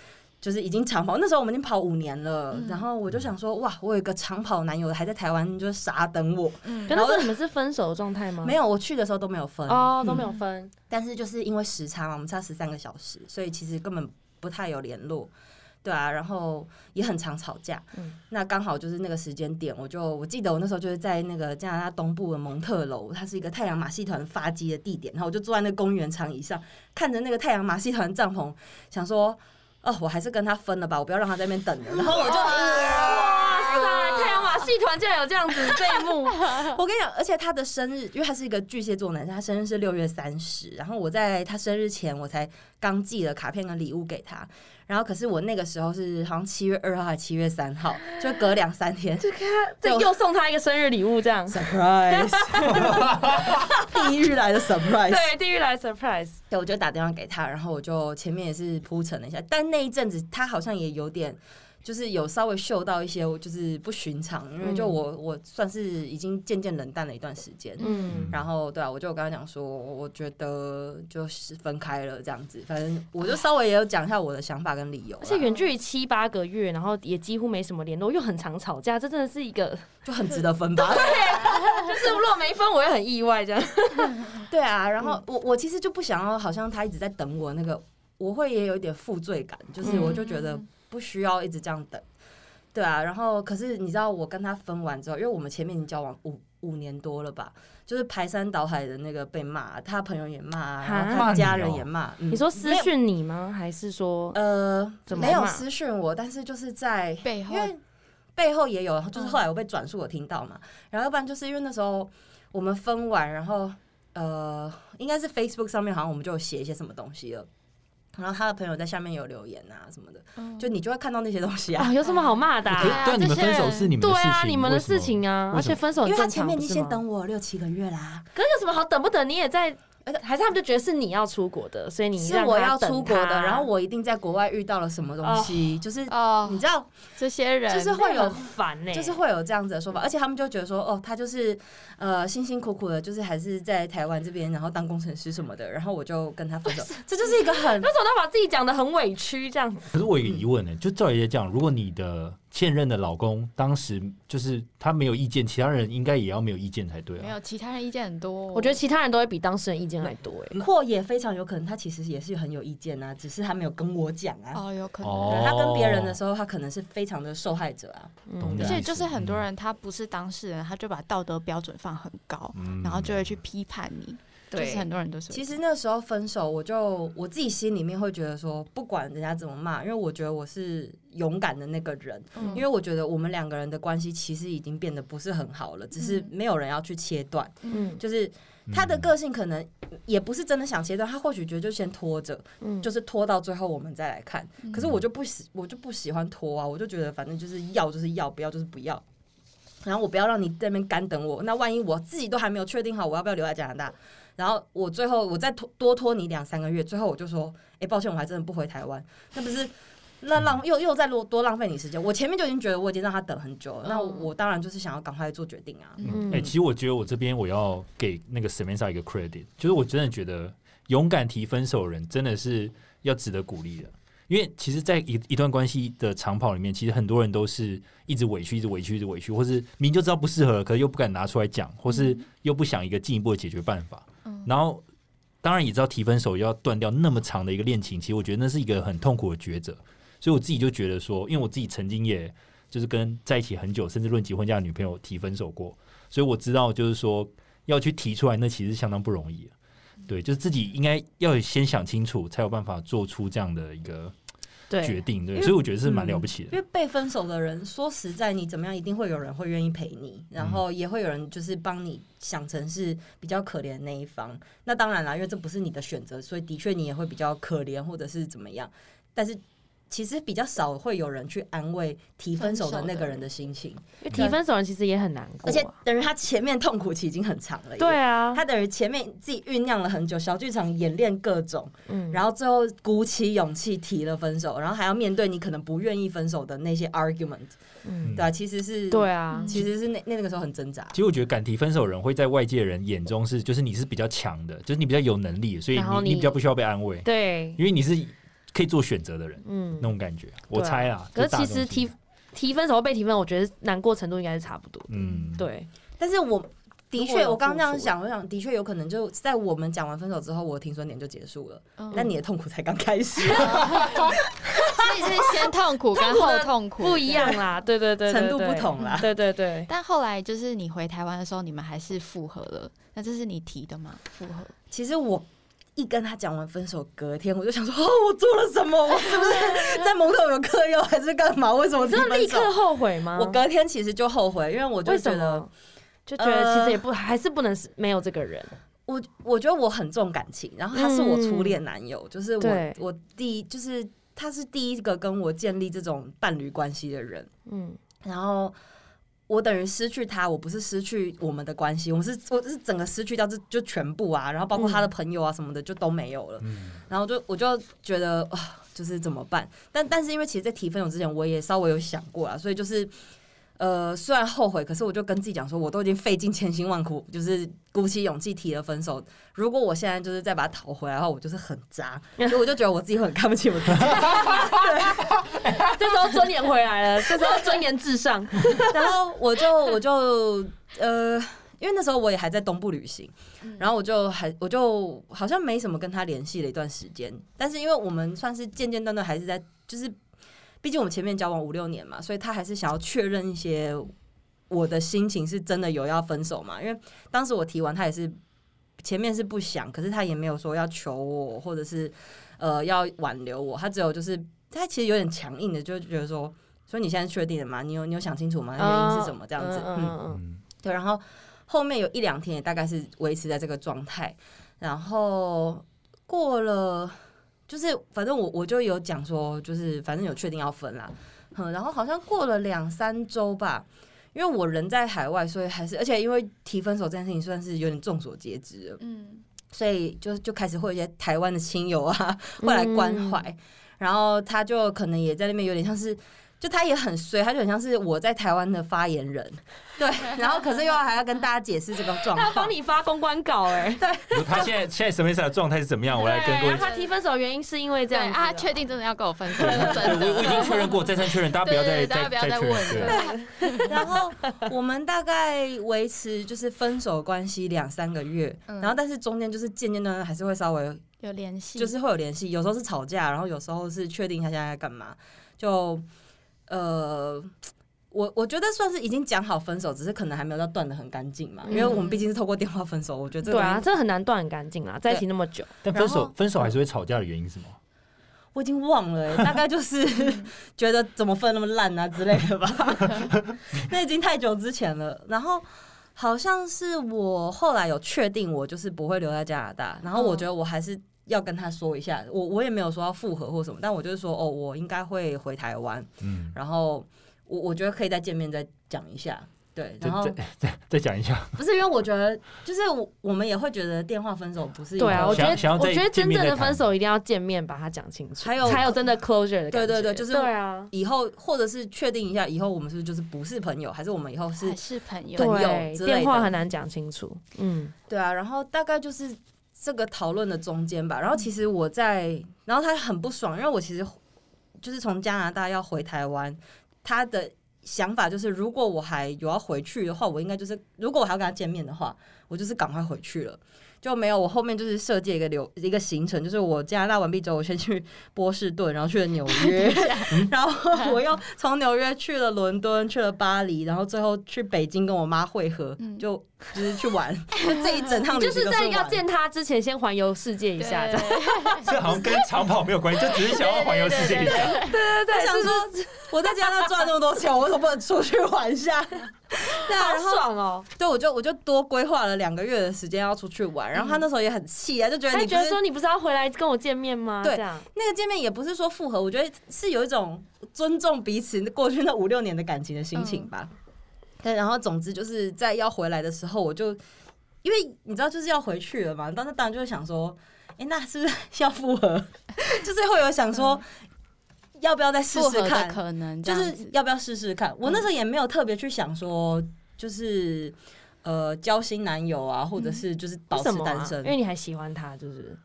Speaker 4: 就是已经长跑。那时候我们已经跑五年了，
Speaker 1: 嗯
Speaker 4: 然后我就想说，哇，我有一个长跑男友还在台湾，就是傻等我。
Speaker 1: 嗯
Speaker 2: 可那时候你们是分手的状态吗？
Speaker 4: 没有，我去的时候都没有分，
Speaker 2: 哦，都没有分。
Speaker 4: 但是就是因为时差嘛，我们差十三个小时，所以其实根本不太有联络，对啊，然后也很常吵架。
Speaker 2: 嗯
Speaker 4: 那刚好就是那个时间点，我就我记得我那时候就是在那个加拿大东部的蒙特楼，它是一个太阳马戏团发迹的地点，然后我就坐在那个公园长椅上，看着那个太阳马戏团帐篷，想说。哦，我还是跟他分了吧，我不要让他在那边等了。然后我就，
Speaker 2: 嗯哇塞，太阳马戏团竟然有这样子这一 幕，
Speaker 4: 我跟你讲，而且他的生日，因为他是一个巨蟹座男生，他生日是六月三十。然后我在他生日前，我才刚寄了卡片跟礼物给他。然后可是我那个时候是好像七月二号还是七月三号，就隔两三天
Speaker 2: 这这又送他一个生日礼物，这样。
Speaker 4: ，surprise，地狱来的 surprise。
Speaker 2: 对，地狱来 surprise，
Speaker 4: 对，我就打电话给他，然后我就前面也是铺陈了一下，但那一阵子他好像也有点，就是有稍微嗅到一些就是不寻常，因为就我、我算是已经渐渐冷淡了一段时间。
Speaker 2: 嗯，
Speaker 4: 然后对啊，我就跟他讲说，我觉得就是分开了这样子，反正我就稍微也有讲一下我的想法跟理由啦，
Speaker 2: 而且远距离七八个月，然后也几乎没什么联络，又很常吵架，这真的是一个，
Speaker 4: 就很值得分吧。
Speaker 2: 就是如果没分，我也很意外这样。
Speaker 4: 对啊，然后我我其实就不想要，好像他一直在等我那个，我会也有一点负罪感，就是
Speaker 2: 嗯
Speaker 4: 我就觉得不需要一直这样等。对啊，然后可是你知道，我跟他分完之后，因为我们前面已经交往五五年多了吧，就是排山倒海的那个被骂，他朋友也骂，然后
Speaker 3: 骂
Speaker 4: 他
Speaker 3: 你
Speaker 4: 家
Speaker 3: 哦
Speaker 4: 人也骂。嗯
Speaker 2: 你说私讯你吗？还是说，
Speaker 4: 呃，
Speaker 2: 怎么
Speaker 4: 没有
Speaker 2: 骂
Speaker 4: 私讯我，但是就是在
Speaker 1: 背后
Speaker 4: 因为背后也有，就是后来我被转述我听到嘛，然后要不然就是因为那时候我们分完，然后呃，应该是 Facebook 上面好像我们就有写一些什么东西了，然后他的朋友在下面有留言啊什么的，
Speaker 1: 嗯
Speaker 4: 就你就会看到那些东西啊
Speaker 2: 啊，，有什么好骂的啊？
Speaker 3: 可以
Speaker 1: 对啊
Speaker 3: 但你
Speaker 1: 这
Speaker 3: 们
Speaker 1: 些
Speaker 3: 分手是你们的
Speaker 2: 对
Speaker 3: 事情，
Speaker 2: 啊，你们的事
Speaker 3: 为什么，
Speaker 2: 情啊，而
Speaker 3: 为什么
Speaker 2: 且分手
Speaker 4: 因
Speaker 2: 很
Speaker 4: 为他
Speaker 2: 正
Speaker 4: 前
Speaker 2: 常，
Speaker 4: 面已经
Speaker 2: 不是
Speaker 4: 先
Speaker 2: 吗
Speaker 4: 等我六七个月啦，
Speaker 2: 可是有什么好等不等？你也在，呃还是他们就觉得是你要出国的，所以你
Speaker 4: 是
Speaker 2: 让他
Speaker 4: 我要
Speaker 2: 等
Speaker 4: 出国的，
Speaker 2: 他
Speaker 4: 然后我一定在国外遇到了什么东西，就是
Speaker 1: 哦
Speaker 4: 你，知道
Speaker 1: 这些人
Speaker 4: 就是
Speaker 2: 会
Speaker 4: 会有
Speaker 2: 很烦欸呢、
Speaker 4: 就是会有这样子的说法，而且他们就觉得说，哦，他就是呃辛辛苦苦的，就是还是在台湾这边，然后当工程师什么的，然后我就跟他分 手，这就是一个很
Speaker 2: 为什么他把自己讲的很委屈这样子？
Speaker 3: 可是我有一
Speaker 1: 嗯
Speaker 3: 个疑问呢、欸就照理来讲，如果你的现任的老公当时就是他没有意见，其他人应该也要没有意见才对
Speaker 1: 没
Speaker 3: 啊。
Speaker 1: 有其他人意见很多哦，
Speaker 2: 我觉得其他人都会比当事人意见还多哎、
Speaker 4: 阔也非常有可能，他其实也是很有意见啊，只是他没有跟我讲啊。
Speaker 1: 哦有可能。
Speaker 3: 哦
Speaker 4: 对他跟别人的时候，他可能是非常的受害者啊。
Speaker 3: 懂
Speaker 2: 嗯
Speaker 3: 的
Speaker 1: 而
Speaker 3: 意
Speaker 1: 且
Speaker 3: 思
Speaker 1: 就是很多人他不是当事人，他就把道德标准放很高，
Speaker 3: 嗯
Speaker 1: 然后就会去批判你。就
Speaker 2: 对
Speaker 1: 是很多人都是会
Speaker 4: 其实那时候分手，我就我自己心里面会觉得说，不管人家怎么骂，因为我觉得我是勇敢的那个人，
Speaker 1: 嗯
Speaker 4: 因为我觉得我们两个人的关系其实已经变得不是很好了，只是
Speaker 1: 嗯
Speaker 4: 没有人要去切断。
Speaker 2: 嗯
Speaker 4: 就是他的个性可能也不是真的想切断，他或许觉得就先拖着，
Speaker 2: 嗯，
Speaker 4: 就是拖到最后我们再来看。
Speaker 1: 嗯
Speaker 4: 可是我就不喜，我就不喜欢拖啊，我就觉得反正就是要就是要，不要就是不要。然后我不要让你在那边干等我，那万一我自己都还没有确定好我要不要留在加拿大，然后我最后我再拖多拖你两三个月，最后我就说，哎、抱歉，我还真的不回台湾，那不是那浪
Speaker 2: 嗯
Speaker 4: 又又再多多浪费你时间。我前面就已经觉得我已经让他等很久了，那我
Speaker 2: 嗯
Speaker 4: 我当然就是想要赶快做决定啊。
Speaker 1: 嗯
Speaker 3: 哎、其实我觉得我这边我要给那个 Samantha 一个 credit，就是我真的觉得勇敢提分手的人真的是要值得鼓励的，因为其实，在一一段关系的长跑里面，其实很多人都是一直委屈，一直委屈，一直委屈，或是明就知道不适合，可是又不敢拿出来讲，或是又不想一个进一步的解决办法，
Speaker 1: 嗯
Speaker 3: 然后。当然也知道提分手要断掉那么长的一个恋情，其实我觉得那是一个很痛苦的抉择，所以我自己就觉得说，因为我自己曾经也就是跟在一起很久，甚至论及婚嫁的女朋友提分手过，所以我知道，就是说要去提出来，那其实相当不容易的。对，就是自己应该要先想清楚，才有办法做出这样的一个
Speaker 2: 对，
Speaker 3: 决定。对，
Speaker 4: 因为
Speaker 3: 所以我觉得是蛮了不起
Speaker 4: 因
Speaker 3: 的。
Speaker 4: 为被分手的人，说实在，你怎么样，一定会有人会愿意陪你，
Speaker 2: 嗯
Speaker 4: 然后也会有人就是帮你想成是比较可怜的那一方。那当然啦，因为这不是你的选择，所以的确你也会比较可怜或者是怎么样。但是其实比较少会有人去安慰提分手的那个人的心情，
Speaker 2: 因为提分手人其实也很难过、啊，
Speaker 4: 而且等于他前面痛苦期已经很长了。
Speaker 2: 对。啊，
Speaker 4: 他等于前面自己酝酿了很久，小剧场演练各种，
Speaker 2: 嗯
Speaker 4: 然后最后鼓起勇气提了分手，然后还要面对你可能不愿意分手的那些 argument，
Speaker 2: 嗯
Speaker 4: 对啊，其实是
Speaker 2: 对啊，
Speaker 4: 其实是那那个时候很挣扎
Speaker 3: 其。实我觉得敢提分手的人会在外界人眼中是，就是你是比较强的，就是你比较有能力，所以
Speaker 2: 然后
Speaker 3: 你
Speaker 2: 你
Speaker 3: 比较不需要被安慰，
Speaker 2: 对，
Speaker 3: 因为你是可以做选择的人，
Speaker 2: 嗯
Speaker 3: 那，种感觉。我猜啦，
Speaker 2: 可是
Speaker 3: 这大
Speaker 2: 其
Speaker 3: 众
Speaker 2: 实
Speaker 3: 心理
Speaker 2: 提提分手或被提分手，我觉得难过程度应该是差不多。
Speaker 3: 嗯，
Speaker 2: 对，
Speaker 4: 但是我的
Speaker 2: 如果
Speaker 4: 确，
Speaker 2: 有
Speaker 4: 我刚刚那样
Speaker 2: 付出
Speaker 4: 想，我想的确有可能就在我们讲完分手之后，我的停损点就结束了。
Speaker 1: 嗯
Speaker 4: 但你的痛苦才刚开始，
Speaker 1: 所以是先痛苦跟后痛苦
Speaker 2: 不一样啦，对对对，对
Speaker 4: 程度不，同啦。
Speaker 2: 对对对对，
Speaker 1: 但后来就是你回台湾的时候，你们还是复合了，那这是你提的吗？复合
Speaker 4: 其实我一跟他讲完分手，隔天我就想说，哦，我做了什么？我是 不是在蒙头有嗑药，还是干嘛？为什么
Speaker 2: 你真的
Speaker 4: 提
Speaker 2: 立
Speaker 4: 分手
Speaker 2: 刻后悔吗？
Speaker 4: 我隔天其实就后悔，因为我就
Speaker 2: 为什
Speaker 4: 觉得
Speaker 2: 么就觉得其实也不、 还是不能是没有这个人，
Speaker 4: 我我觉得我很重感情，然后他是我初恋男友，就是我
Speaker 2: 嗯对
Speaker 4: 我第一就是他是第一个跟我建立这种伴侣关系的人，
Speaker 2: 嗯，
Speaker 4: 然后。我等于失去他，我不是失去我们的关系，我是我是整个失去掉这就全部啊，然后包括他的朋友啊什么的就都没有了，
Speaker 3: 嗯，
Speaker 4: 然后就我就觉得啊，就是怎么办？但但是因为其实，在提分手之前，我也稍微有想过啊，所以就是呃，虽然后悔，可是我就跟自己讲说，我都已经费尽千辛万苦，就是鼓起勇气提了分手。如果我现在就是再把它讨回来的话，我就是很渣，所以我就觉得我自己很看不起我自己。
Speaker 2: 这时候尊严回来了，这时候尊严至上，
Speaker 4: 然后我就我就呃，因为那时候我也还在东部旅行，然后我就还我就好像没什么跟他联系了一段时间，但是因为我们算是间间断断还是在，就是毕竟我们前面交往五六年嘛，所以他还是想要确认一些我的心情是真的有要分手嘛，因为当时我提完他也是。前面是不想，可是他也没有说要求我，或者是呃要挽留我，他只有就是他其实有点强硬的，就觉得说，所以你现在确定了吗？你有你有想清楚吗？原因是什么？这样子，嗯
Speaker 2: 嗯
Speaker 3: 嗯
Speaker 4: 对，然后后面有一两天也大概是维持在这个状态，然后过了就是反正我我就有讲说，就是反正有确定要分啦，嗯，然后好像过了两三周吧。因为我人在海外，所以还是，而且因为提分手这件事情算是有点众所皆知了，
Speaker 1: 嗯，
Speaker 4: 所以就就开始会有一些台湾的亲友啊会来
Speaker 2: 嗯
Speaker 4: 关怀，然后他就可能也在那边有点像是，就他也很衰，他就很像是我在台湾的发 言人，对，然后可是又还要跟大家解释这个状
Speaker 2: 他
Speaker 4: 况
Speaker 2: 帮。你发公关稿哎、
Speaker 3: 就嗯他现在现在 Samantha 的状态是怎么样？我来跟各
Speaker 2: 对，
Speaker 3: 位
Speaker 2: 啊，他提分手原因是因为这
Speaker 1: 对
Speaker 2: 样子
Speaker 1: 啊，
Speaker 2: 啊，
Speaker 1: 他确定真的要跟我分手，是
Speaker 3: 对
Speaker 1: 真
Speaker 3: 我我已
Speaker 1: 的。
Speaker 3: 经确认过，再三确认，大家不要再
Speaker 1: 对对对大家
Speaker 3: 再
Speaker 1: 不要再
Speaker 3: 确
Speaker 1: 问
Speaker 3: 认
Speaker 1: 了
Speaker 3: 对
Speaker 4: 然后 我们大概维持就是分手关系两三个月，
Speaker 1: 嗯
Speaker 4: 然后但是中间就是渐渐的还是会稍
Speaker 2: 嗯
Speaker 4: 微
Speaker 1: 有联系，
Speaker 4: 就是会有联系，有时候是吵架，然后有时候是确定一下现在在干嘛。就呃，我我觉得算是已经讲好分手，只是可能还没有到断的很干净嘛，因为我们毕竟是透过电话分手，我觉得这
Speaker 2: 嗯
Speaker 4: 个
Speaker 2: 对啊，
Speaker 4: 东西
Speaker 2: 这很难断很干净啦，在一起那么久，
Speaker 3: 但分
Speaker 4: 然
Speaker 3: 手
Speaker 4: 后
Speaker 3: 分手还是会吵架的原因是什么？
Speaker 4: 我已经忘 了、欸，大概就是
Speaker 2: 嗯
Speaker 4: 觉得怎么分那么烂啊之类的吧， 那已经太久之前了。然后。好像是我后来有确定，我就是不会留在加拿大。然后
Speaker 2: 嗯
Speaker 4: 我觉得我还是要跟他说一下，我我也没有说要复合或什么，但我就是说，哦，我应该会回台湾。
Speaker 3: 嗯，
Speaker 4: 然后我我觉得可以再见面再讲一下，对，
Speaker 3: 嗯再
Speaker 4: 然后
Speaker 3: 再再再讲一下，
Speaker 4: 不是因为我觉得，就是我我们也会觉得电话分手不是一个
Speaker 2: 对啊，我觉得
Speaker 3: 想要
Speaker 2: 我
Speaker 3: 再
Speaker 2: 觉得
Speaker 3: 见
Speaker 2: 真
Speaker 3: 面
Speaker 2: 正
Speaker 3: 再
Speaker 2: 的
Speaker 3: 谈
Speaker 2: 分手一定要见面把它讲清楚，
Speaker 4: 还有
Speaker 2: 才有真的 closure 的感觉，
Speaker 4: 对对对就是
Speaker 2: 对啊，
Speaker 4: 以后或者是确定一下以后我们是不是就是不是朋友，还是我们以后是
Speaker 1: 还是朋友
Speaker 4: 对，友之类的
Speaker 2: 电话很难讲清楚，嗯，
Speaker 4: 对啊，然后大概就是这个讨论的中间吧。然后其实我在，然后他很不爽，因为我其实就是从加拿大要回台湾，他的想法就是，如果我还有要回去的话，我应该就是，如果我还要跟他见面的话，我就是赶快回去了。就没有，我后面就是设计一个流一个行程，就是我加拿大完毕之后，我先去波士顿，然后去了纽 约，然后我又从纽约去了伦敦，去了巴黎，然后最后去北京跟我妈会合，
Speaker 1: 嗯
Speaker 4: 就就是去玩， 就这一整趟旅
Speaker 2: 就
Speaker 4: 行
Speaker 2: 是
Speaker 4: 都
Speaker 2: 在
Speaker 4: 玩
Speaker 2: 要见他之前先环游世界一下，这样
Speaker 1: 对
Speaker 3: 这好像跟长跑没有关系，就只是想要环游世界一下。
Speaker 4: 我想说，我在加拿大赚那么多钱，我为什么不能出去玩一下？对啊，
Speaker 2: 好
Speaker 4: 然后
Speaker 2: 爽哦！
Speaker 4: 对我就我就多规划了两个月的时间要出去玩，然后他那时候也很气啊，就觉得
Speaker 2: 他
Speaker 4: 你不
Speaker 2: 觉得
Speaker 4: 是
Speaker 2: 说你不是要回来跟我见面吗？
Speaker 4: 对
Speaker 2: 这样
Speaker 4: 那个见面也不是说复合，我觉得是有一种尊重彼此过去那五六年的感情的心情吧。对，然后总之就是在要回来的时候，我就因为你知道就是要回去了嘛，当时当然就会想说，哎、那是不是 要复合？就是会有想说，要不要再试
Speaker 1: 复
Speaker 4: 试
Speaker 1: 合的
Speaker 4: 看？
Speaker 1: 可能这
Speaker 4: 就
Speaker 1: 样
Speaker 4: 是
Speaker 1: 子，嗯
Speaker 4: 要不要试试看？我那时候也没有特别去想说，就是呃交新男友啊，或
Speaker 1: 嗯
Speaker 4: 者是就是保
Speaker 2: 为
Speaker 4: 持
Speaker 2: 什么啊
Speaker 4: 单身
Speaker 2: 因。为你还喜欢他，就是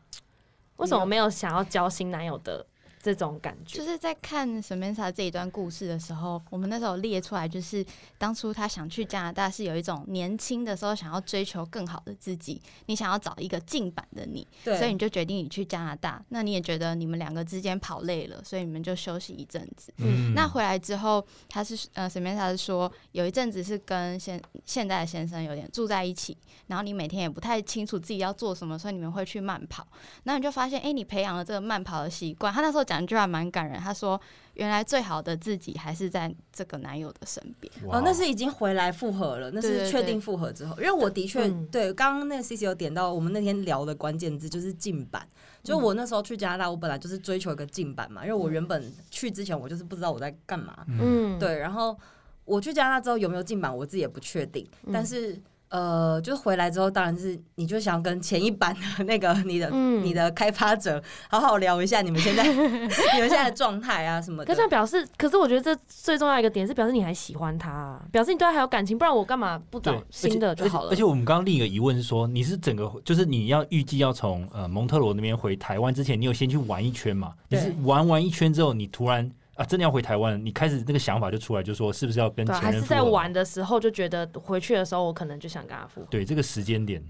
Speaker 2: 为什么没有想要交新男友的这种感觉
Speaker 1: 就。是在看 Samantha 这一段故事的时候，我们那时候列出来，就是当初她想去加拿大是有一种年轻的时候想要追求更好的自己，你想要找一个进版的你，
Speaker 4: 对，
Speaker 1: 所以你就决定你去加拿大。那你也觉得你们两个之间跑累了，所以你们就休息一阵子。
Speaker 3: 嗯
Speaker 1: 那回来之后，他是呃，Samantha 是说有一阵子是跟现现在的先生有点住在一起，然后你每天也不太清楚自己要做什么，所以你们会去慢跑。然后你就发现，哎、你培养了这个慢跑的习惯。他那时候讲一句话蛮感人，他说：“原来最好的自己还是在这个男友的身边。
Speaker 3: 哇
Speaker 4: 哦，那是已经回来复合了，那
Speaker 1: 对
Speaker 4: 是
Speaker 1: 对
Speaker 4: 确
Speaker 1: 对
Speaker 4: 定复合之后，因为我的确
Speaker 2: 嗯
Speaker 4: 对刚刚那个 C C 有点到，我们那天聊的关键字就是进版。就
Speaker 1: 嗯
Speaker 4: 我那时候去加拿大，我本来就是追求一个进版嘛，因为我原本去之前我就是不知道我在干嘛，
Speaker 3: 嗯
Speaker 2: 嗯，
Speaker 4: 对，然后我去加拿大之后有没有进版，我自己也不确定，
Speaker 2: 嗯
Speaker 4: 但是。呃，就是回来之后，当然是你就想跟前一版的那个你的、
Speaker 2: 嗯
Speaker 4: 你的开发者好好聊一下你们 现在你们现在的状态啊什么
Speaker 2: 可
Speaker 4: 的
Speaker 2: 这。样表示，可是我觉得这最重要一个点是表示你还喜欢他啊、表示你对他还有感情，不然我干嘛不
Speaker 3: 对
Speaker 2: 找新的就好了
Speaker 3: 而且而且而且？我们刚刚另一个疑问是说，你是整个就是你要预计要从呃蒙特罗那边回台湾之前，你有先去玩一圈嘛？你
Speaker 4: 对
Speaker 3: 是玩完一圈之后，你突然啊真的要回台湾了，你开始那个想法就出来，就说是不是要跟
Speaker 2: 对啊，
Speaker 3: 前
Speaker 2: 还
Speaker 3: 任
Speaker 2: 是
Speaker 3: 复
Speaker 2: 在
Speaker 3: 合
Speaker 2: 玩的时候就觉得回去的时候，我可能就想跟他复合。
Speaker 3: 对这个时间点，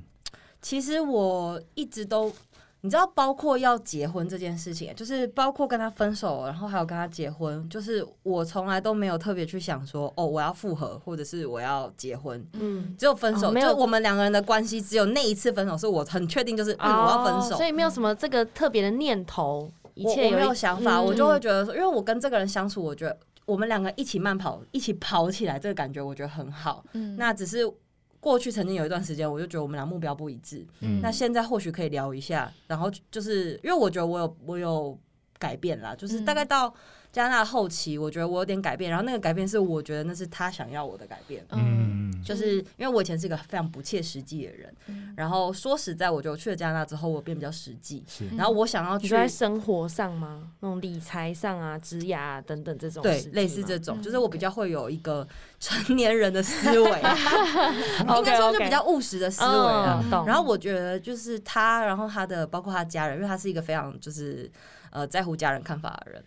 Speaker 4: 其实我一直都，你知道，包括要结婚这件事情，就是包括跟他分手，然后还有跟他结婚，就是我从来都没有特别去想说，哦，我要复合，或者是我要结婚。
Speaker 2: 嗯，
Speaker 4: 只有分手，
Speaker 2: 哦没
Speaker 4: 就
Speaker 2: 有
Speaker 4: 是我们两个人的关系，只有那一次分手是我很确定，就是、嗯、我要分
Speaker 2: 哦
Speaker 4: 手
Speaker 2: 所，以没有什么这个特别的念头，一
Speaker 4: 我
Speaker 2: 切
Speaker 4: 我没
Speaker 2: 一
Speaker 4: 有想法，
Speaker 2: 嗯
Speaker 4: 我就会觉得说，因为我跟这个人相处，我觉得我们两个一起慢跑，一起跑起来，这个感觉我觉得很好。”
Speaker 1: 嗯，
Speaker 4: 那只是过去曾经有一段时间，我就觉得我们俩目标不一致，
Speaker 3: 嗯
Speaker 4: 那现在或许可以聊一下，然后就是因为我觉得我有我有改变啦，就是
Speaker 2: 嗯
Speaker 4: 大概到加拿大后期，我觉得我有点改变，然后那个改变是我觉得那是他想要我的改变。
Speaker 1: 嗯，
Speaker 4: 就是因为我以前是一个非常不切实际的人，
Speaker 1: 嗯
Speaker 4: 然后说实在，我觉得我去了加拿大之后，我变比较实际，
Speaker 3: 是
Speaker 1: 嗯
Speaker 4: 然后我想要
Speaker 2: 你
Speaker 4: 去
Speaker 2: 说在生活上吗？那种理财上啊、职涯啊等等这种
Speaker 4: 对
Speaker 2: 实际吗，
Speaker 4: 类似这种，
Speaker 1: 嗯
Speaker 4: 就是我比较会有一个成年人的 思维，应该说就比较务实的思维啦。
Speaker 2: 嗯懂。
Speaker 4: 然后我觉得就是他，然后他的包括他家人，因为他是一个非常就是呃在乎家人看法的人，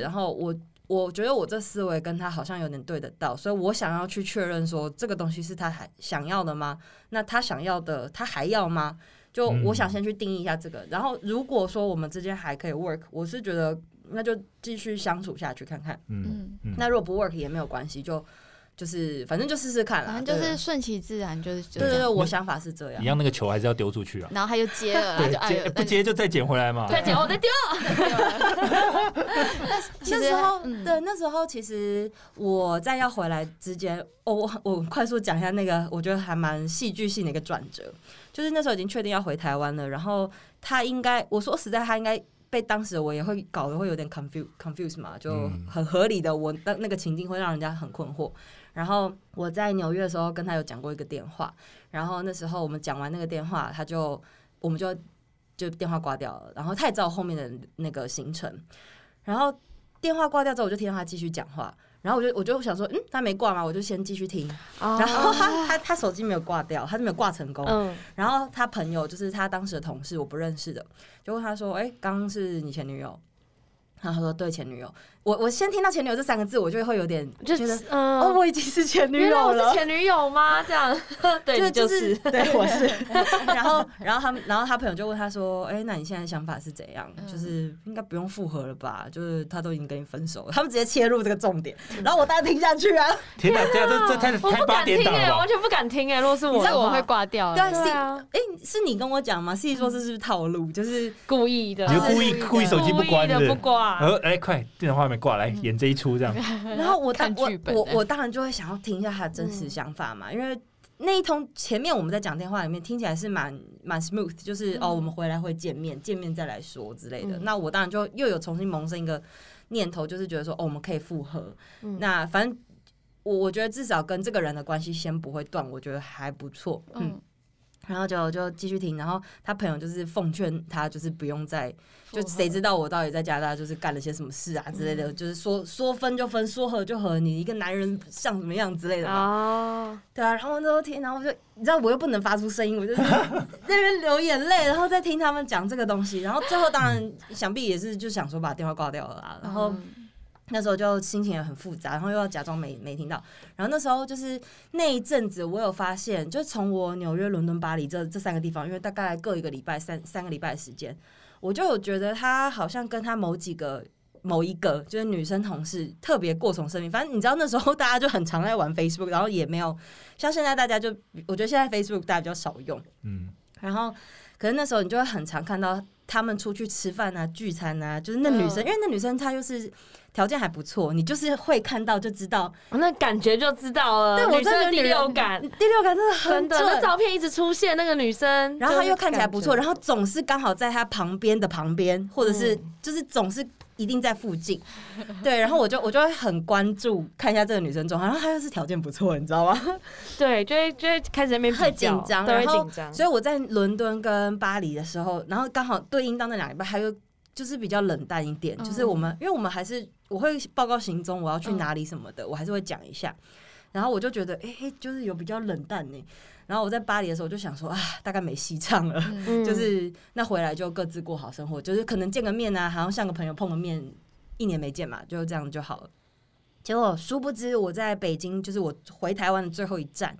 Speaker 3: 嗯
Speaker 4: 然后我我觉得我这思维跟他好像有点对得到，所以我想要去确认说这个东西是他还想要的吗？那他想要的他还要吗？就
Speaker 3: 嗯
Speaker 4: 我想先去定义一下这个，然后如果说我们之间还可以 work，我是觉得那就继续相处下去看看。
Speaker 3: 嗯
Speaker 1: 嗯，
Speaker 3: 嗯
Speaker 4: 那如果不 work 也没有关系，就就是反正就试试看啦。
Speaker 1: 反正就
Speaker 4: 对
Speaker 1: 是顺其自然，就是就这
Speaker 4: 对对对，啊
Speaker 1: 样
Speaker 4: 我想法是这样
Speaker 3: 一。样那个球还是要丢出去啊。
Speaker 1: 然后他就接了，他
Speaker 3: 对
Speaker 1: 就，哎
Speaker 3: 接
Speaker 1: 呦，
Speaker 3: 不接就再捡回来嘛。
Speaker 2: 对，姐，我在丢，
Speaker 1: 其
Speaker 4: 那
Speaker 1: 实
Speaker 4: 时候，
Speaker 1: 嗯
Speaker 4: 对，那时候其实我在要回来之间，哦，我我快速讲一下那个，我觉得还蛮戏剧性的一个转折，就是那时候已经确定要回台湾了，然后他应该，我说实在，他应该被当时我也会搞得会有点 confuse confuse 嘛，就
Speaker 3: 嗯
Speaker 4: 很合理的，我那那个情境会让人家很困惑。然后我在纽约的时候跟他有讲过一个电话，然后那时候我们讲完那个电话，他就我们就就电话挂掉了，然后他也知道后面的那个行程，然后电话挂掉之后，我就听到他继续讲话，然后我就我就想说，嗯，他没挂嘛，我就先继续听， 然
Speaker 2: 然
Speaker 4: 后他他他手机没有挂掉，他就没有挂成功，
Speaker 2: 嗯，
Speaker 4: 然后他朋友就是他当时的同事，我不认识的，就问他说：“哎、刚刚是你前女友？”然后他说：“对，前女友。我”我先听到“前女友”这三个字，我就会有点
Speaker 2: 就
Speaker 4: 觉得，
Speaker 2: 嗯，
Speaker 4: 哦，我已经是前女
Speaker 2: 原来
Speaker 4: 友
Speaker 2: 我
Speaker 4: 了
Speaker 2: 是。前女友吗？这 样，对，
Speaker 4: 对，
Speaker 2: 你
Speaker 4: 就是 对，我是。然后，然后他们，然后他朋友就问他说：“哎、那你现在想法是怎样？
Speaker 1: 嗯
Speaker 4: 就是应该不用复合了吧？就是他都已经跟你分手了。”他们直接切入这个重点，然后我当然听下去啊。
Speaker 3: 天哪，这样这这太
Speaker 2: 我
Speaker 3: 太
Speaker 2: 不
Speaker 3: 八
Speaker 2: 敢
Speaker 3: 点
Speaker 2: 听
Speaker 3: 档
Speaker 2: 哎，
Speaker 3: 了吧
Speaker 2: 完？全不敢听哎。如果是我
Speaker 1: 这
Speaker 2: 的
Speaker 1: 我
Speaker 2: 话
Speaker 1: 会挂掉
Speaker 4: 对
Speaker 1: 的。
Speaker 4: 啊
Speaker 2: 对啊，
Speaker 4: 哎、是你跟我讲吗？C 说这是不是套路？就是
Speaker 2: 故意的
Speaker 3: 你，就
Speaker 4: 啊
Speaker 3: 故
Speaker 1: 故
Speaker 3: 意
Speaker 1: 意的
Speaker 3: 故意手机不关
Speaker 2: 故意
Speaker 3: 是不
Speaker 2: 的
Speaker 3: 是
Speaker 2: 不？挂，
Speaker 3: 呃，哎，快，电话还没挂，来演这一出这样。
Speaker 4: 然后我
Speaker 1: 看
Speaker 4: 当我
Speaker 1: 剧本
Speaker 4: 我
Speaker 1: 欸
Speaker 4: 我当然就会想要听一下他的真实想法嘛，因为那一通前面我们在讲电话里面听起来是蛮蛮 smooth，就是、哦我们回来会见面，见面再来说之类的。
Speaker 2: 嗯
Speaker 4: 那我当然就又有重新萌生一个念头，就是觉得说哦我们可以复合。
Speaker 2: 嗯
Speaker 4: 那反正我我觉得至少跟这个人的关系先不会断，我觉得还不错。嗯，
Speaker 1: 嗯，
Speaker 4: 然后就就继续听，然后他朋友就是奉劝他，就是不用再
Speaker 1: 符合
Speaker 4: 就谁知道我到底在加拿大就是干了些什么事啊之类的，就是说说分就分，说和就和，你一个男人像什么样之类的嘛。
Speaker 2: 哦，
Speaker 4: 对啊，然后都听，然后我就你知道我又不能发出声音，我就在那边流眼泪，然后再听他们讲这个东西，然后最后当然想必也是就想说把电话挂掉了啦，然后
Speaker 1: 嗯
Speaker 4: 那时候就心情也很复杂，然后又要假装没没听到。然后那时候就是那一阵子，我有发现，就从我纽约、伦敦、巴黎这这三个地方，因为大概各一个礼拜三三个礼拜的时间，我就有觉得他好像跟他某几个。某一个就是女生同事特别过从甚密，反正你知道那时候大家就很常在玩 Facebook，然后也没有像现在大家就，我觉得现在 Facebook 大家比较少用，
Speaker 3: 嗯，
Speaker 4: 然后，可是那时候你就会很常看到他们出去吃饭啊、聚餐啊，就是那女生，
Speaker 1: 嗯
Speaker 4: 因为那女生她就是条件还不错，你就是会看到就知道，
Speaker 2: 哦那感觉就知道了。
Speaker 4: 对我
Speaker 2: 女生
Speaker 4: 真的
Speaker 2: 的第
Speaker 4: 觉得
Speaker 2: 六感，
Speaker 4: 嗯第六感真的
Speaker 2: 真
Speaker 4: 很
Speaker 2: 的，
Speaker 4: 准。
Speaker 2: 那照片一直出现那个女生，
Speaker 4: 然后她
Speaker 2: 就是
Speaker 4: 又看起来不错，
Speaker 2: 感
Speaker 4: 然后总是刚好在她旁边的旁边，或者是就是总是一定在附近， 对。然后我就我就会很关注看一下这个女生状况，然后她又是条件不错，你知道吗？
Speaker 2: 觉对，就会就会开始在那边比较
Speaker 4: 会紧张
Speaker 2: 对，会
Speaker 4: 然后
Speaker 2: 紧张。
Speaker 4: 所以我在伦敦跟巴黎的时候，然后刚好对应到那两个礼拜，还有就是比较冷淡一点，
Speaker 1: 嗯
Speaker 4: 就是我们因为我们还是我会报告行踪，我要去哪里什么的，我还是会讲一下。然后我就觉得，哎、就是有比较冷淡呢。然后我在巴黎的时候，我就想说啊，大概没戏唱了，
Speaker 1: 嗯
Speaker 2: 嗯
Speaker 4: 就是那回来就各自过好生活，就是可能见个面啊，好像像个朋友碰个面，一年没见嘛，就这样就好了。结果殊不知我在北京，就是我回台湾的最后一站，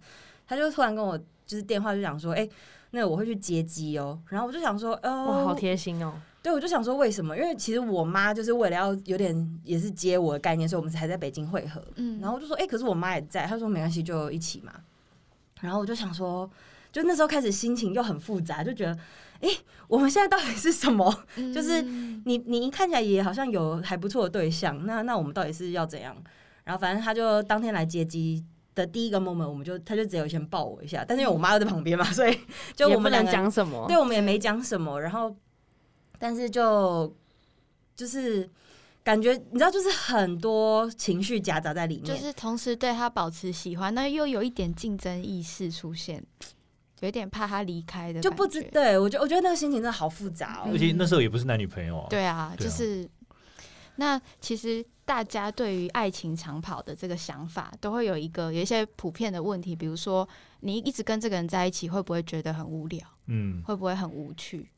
Speaker 4: 他就突然跟我就是电话就讲说，哎、那我会去接机哦。然后我就想说，哦，
Speaker 2: 嗯哇，好贴心哦。
Speaker 4: 对，我就想说为什么？因为其实我妈就是为了要有点也是接我的概念，所以我们才在北京汇合。
Speaker 1: 嗯
Speaker 4: 然后我就说，哎、可是我妈也在，她说没关系，就一起嘛。然后我就想说，就那时候开始心情又很复杂，就觉得，哎、我们现在到底是什么？ 就是
Speaker 1: 嗯
Speaker 4: 你你一看起来也好像有还不错的对象，那那我们到底是要怎样？然后反正他就当天来接机的第一个 moment，我们就他就只有先抱我一下，但是因为我妈又在旁边嘛，所以就
Speaker 2: 嗯也
Speaker 4: 我
Speaker 2: 不
Speaker 4: 们
Speaker 2: 能
Speaker 4: 两个人
Speaker 2: 讲什么，嗯
Speaker 4: 对，我们也没讲什么，然后但是就就是感觉你知道，就是很多情绪夹杂在里面，
Speaker 1: 就是同时对他保持喜欢，那又有一点竞争意识出现，有一点怕他离开的感觉，
Speaker 4: 就不知对我觉我觉得那个心情真的好复杂哦。
Speaker 3: 而且那时候也不是男女朋友啊，
Speaker 1: 对啊，
Speaker 3: 对
Speaker 1: 就
Speaker 3: 啊
Speaker 1: 是那其实大家对于爱情长跑的这个想法，都会有一个有一些普遍的问题，比如说你一直跟这个人在一起，会不会觉得很无聊，
Speaker 3: 嗯，
Speaker 1: 会不会很无趣？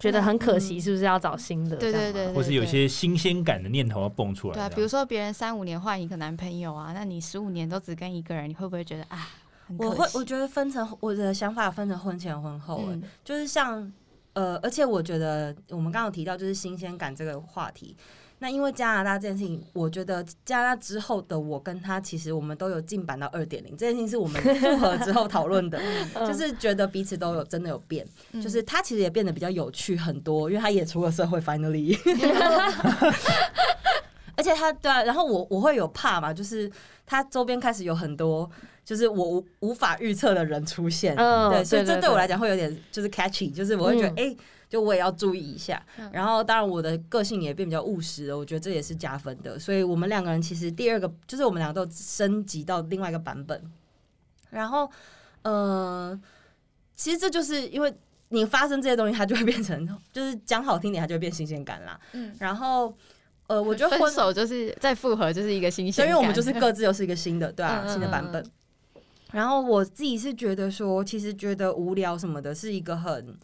Speaker 2: 觉得很可
Speaker 4: 嗯
Speaker 2: 惜，是不是要找新的？
Speaker 1: 对
Speaker 2: 这
Speaker 1: 对
Speaker 2: 样吗
Speaker 1: 对，对
Speaker 3: 嗯或是有些新鲜感的念头要蹦出来，
Speaker 1: 对啊，
Speaker 3: 这样
Speaker 1: 比如说别人三五年换一个男朋友啊，那你十五年都只跟一个人，你会不会觉得啊，很可
Speaker 4: 我会
Speaker 1: 惜
Speaker 4: 我觉得分成我的想法分成婚前婚后、哎、
Speaker 1: 嗯
Speaker 4: 就是像呃，而且我觉得我们刚刚有提到就是新鲜感这个话题。那因为加拿大这件事情，我觉得加拿大之后的我跟他，其实我们都有进版到二点零，这件事情是我们复合之后讨论的，
Speaker 2: 嗯
Speaker 4: 就是觉得彼此都有真的有变，
Speaker 1: 嗯
Speaker 4: 就是他其实也变得比较有趣很多，因为他也出了社会，finally。而且他对啊，然后我我会有怕嘛，就是他周边开始有很多就是我无无法预测的人出现，
Speaker 2: 嗯
Speaker 4: 对，所以这对我来
Speaker 2: 讲，
Speaker 4: 讲会有点就是 catchy，就是我会觉得
Speaker 2: 嗯
Speaker 4: 哎、诶就我也要注意一下
Speaker 1: 嗯。
Speaker 4: 然后当然我的个性也变比较务实了，我觉得这也是加分的。所以我们两个人其实第二个就是我们两个都升级到另外一个版本。然后，呃，其实这就是因为你发生这些东西，它就会变成，就是讲好听点，它就会变新鲜感啦。
Speaker 1: 嗯，
Speaker 4: 然后，呃，我觉得
Speaker 1: 分
Speaker 4: 婚
Speaker 1: 手就是再复合就是一个新鲜
Speaker 4: 所
Speaker 1: 感，
Speaker 4: 以因为我们就是各自又是一个新的，对啊
Speaker 1: 嗯，嗯
Speaker 4: 新的版本。然后我自己是觉得说，其实觉得无聊什么的，是一个很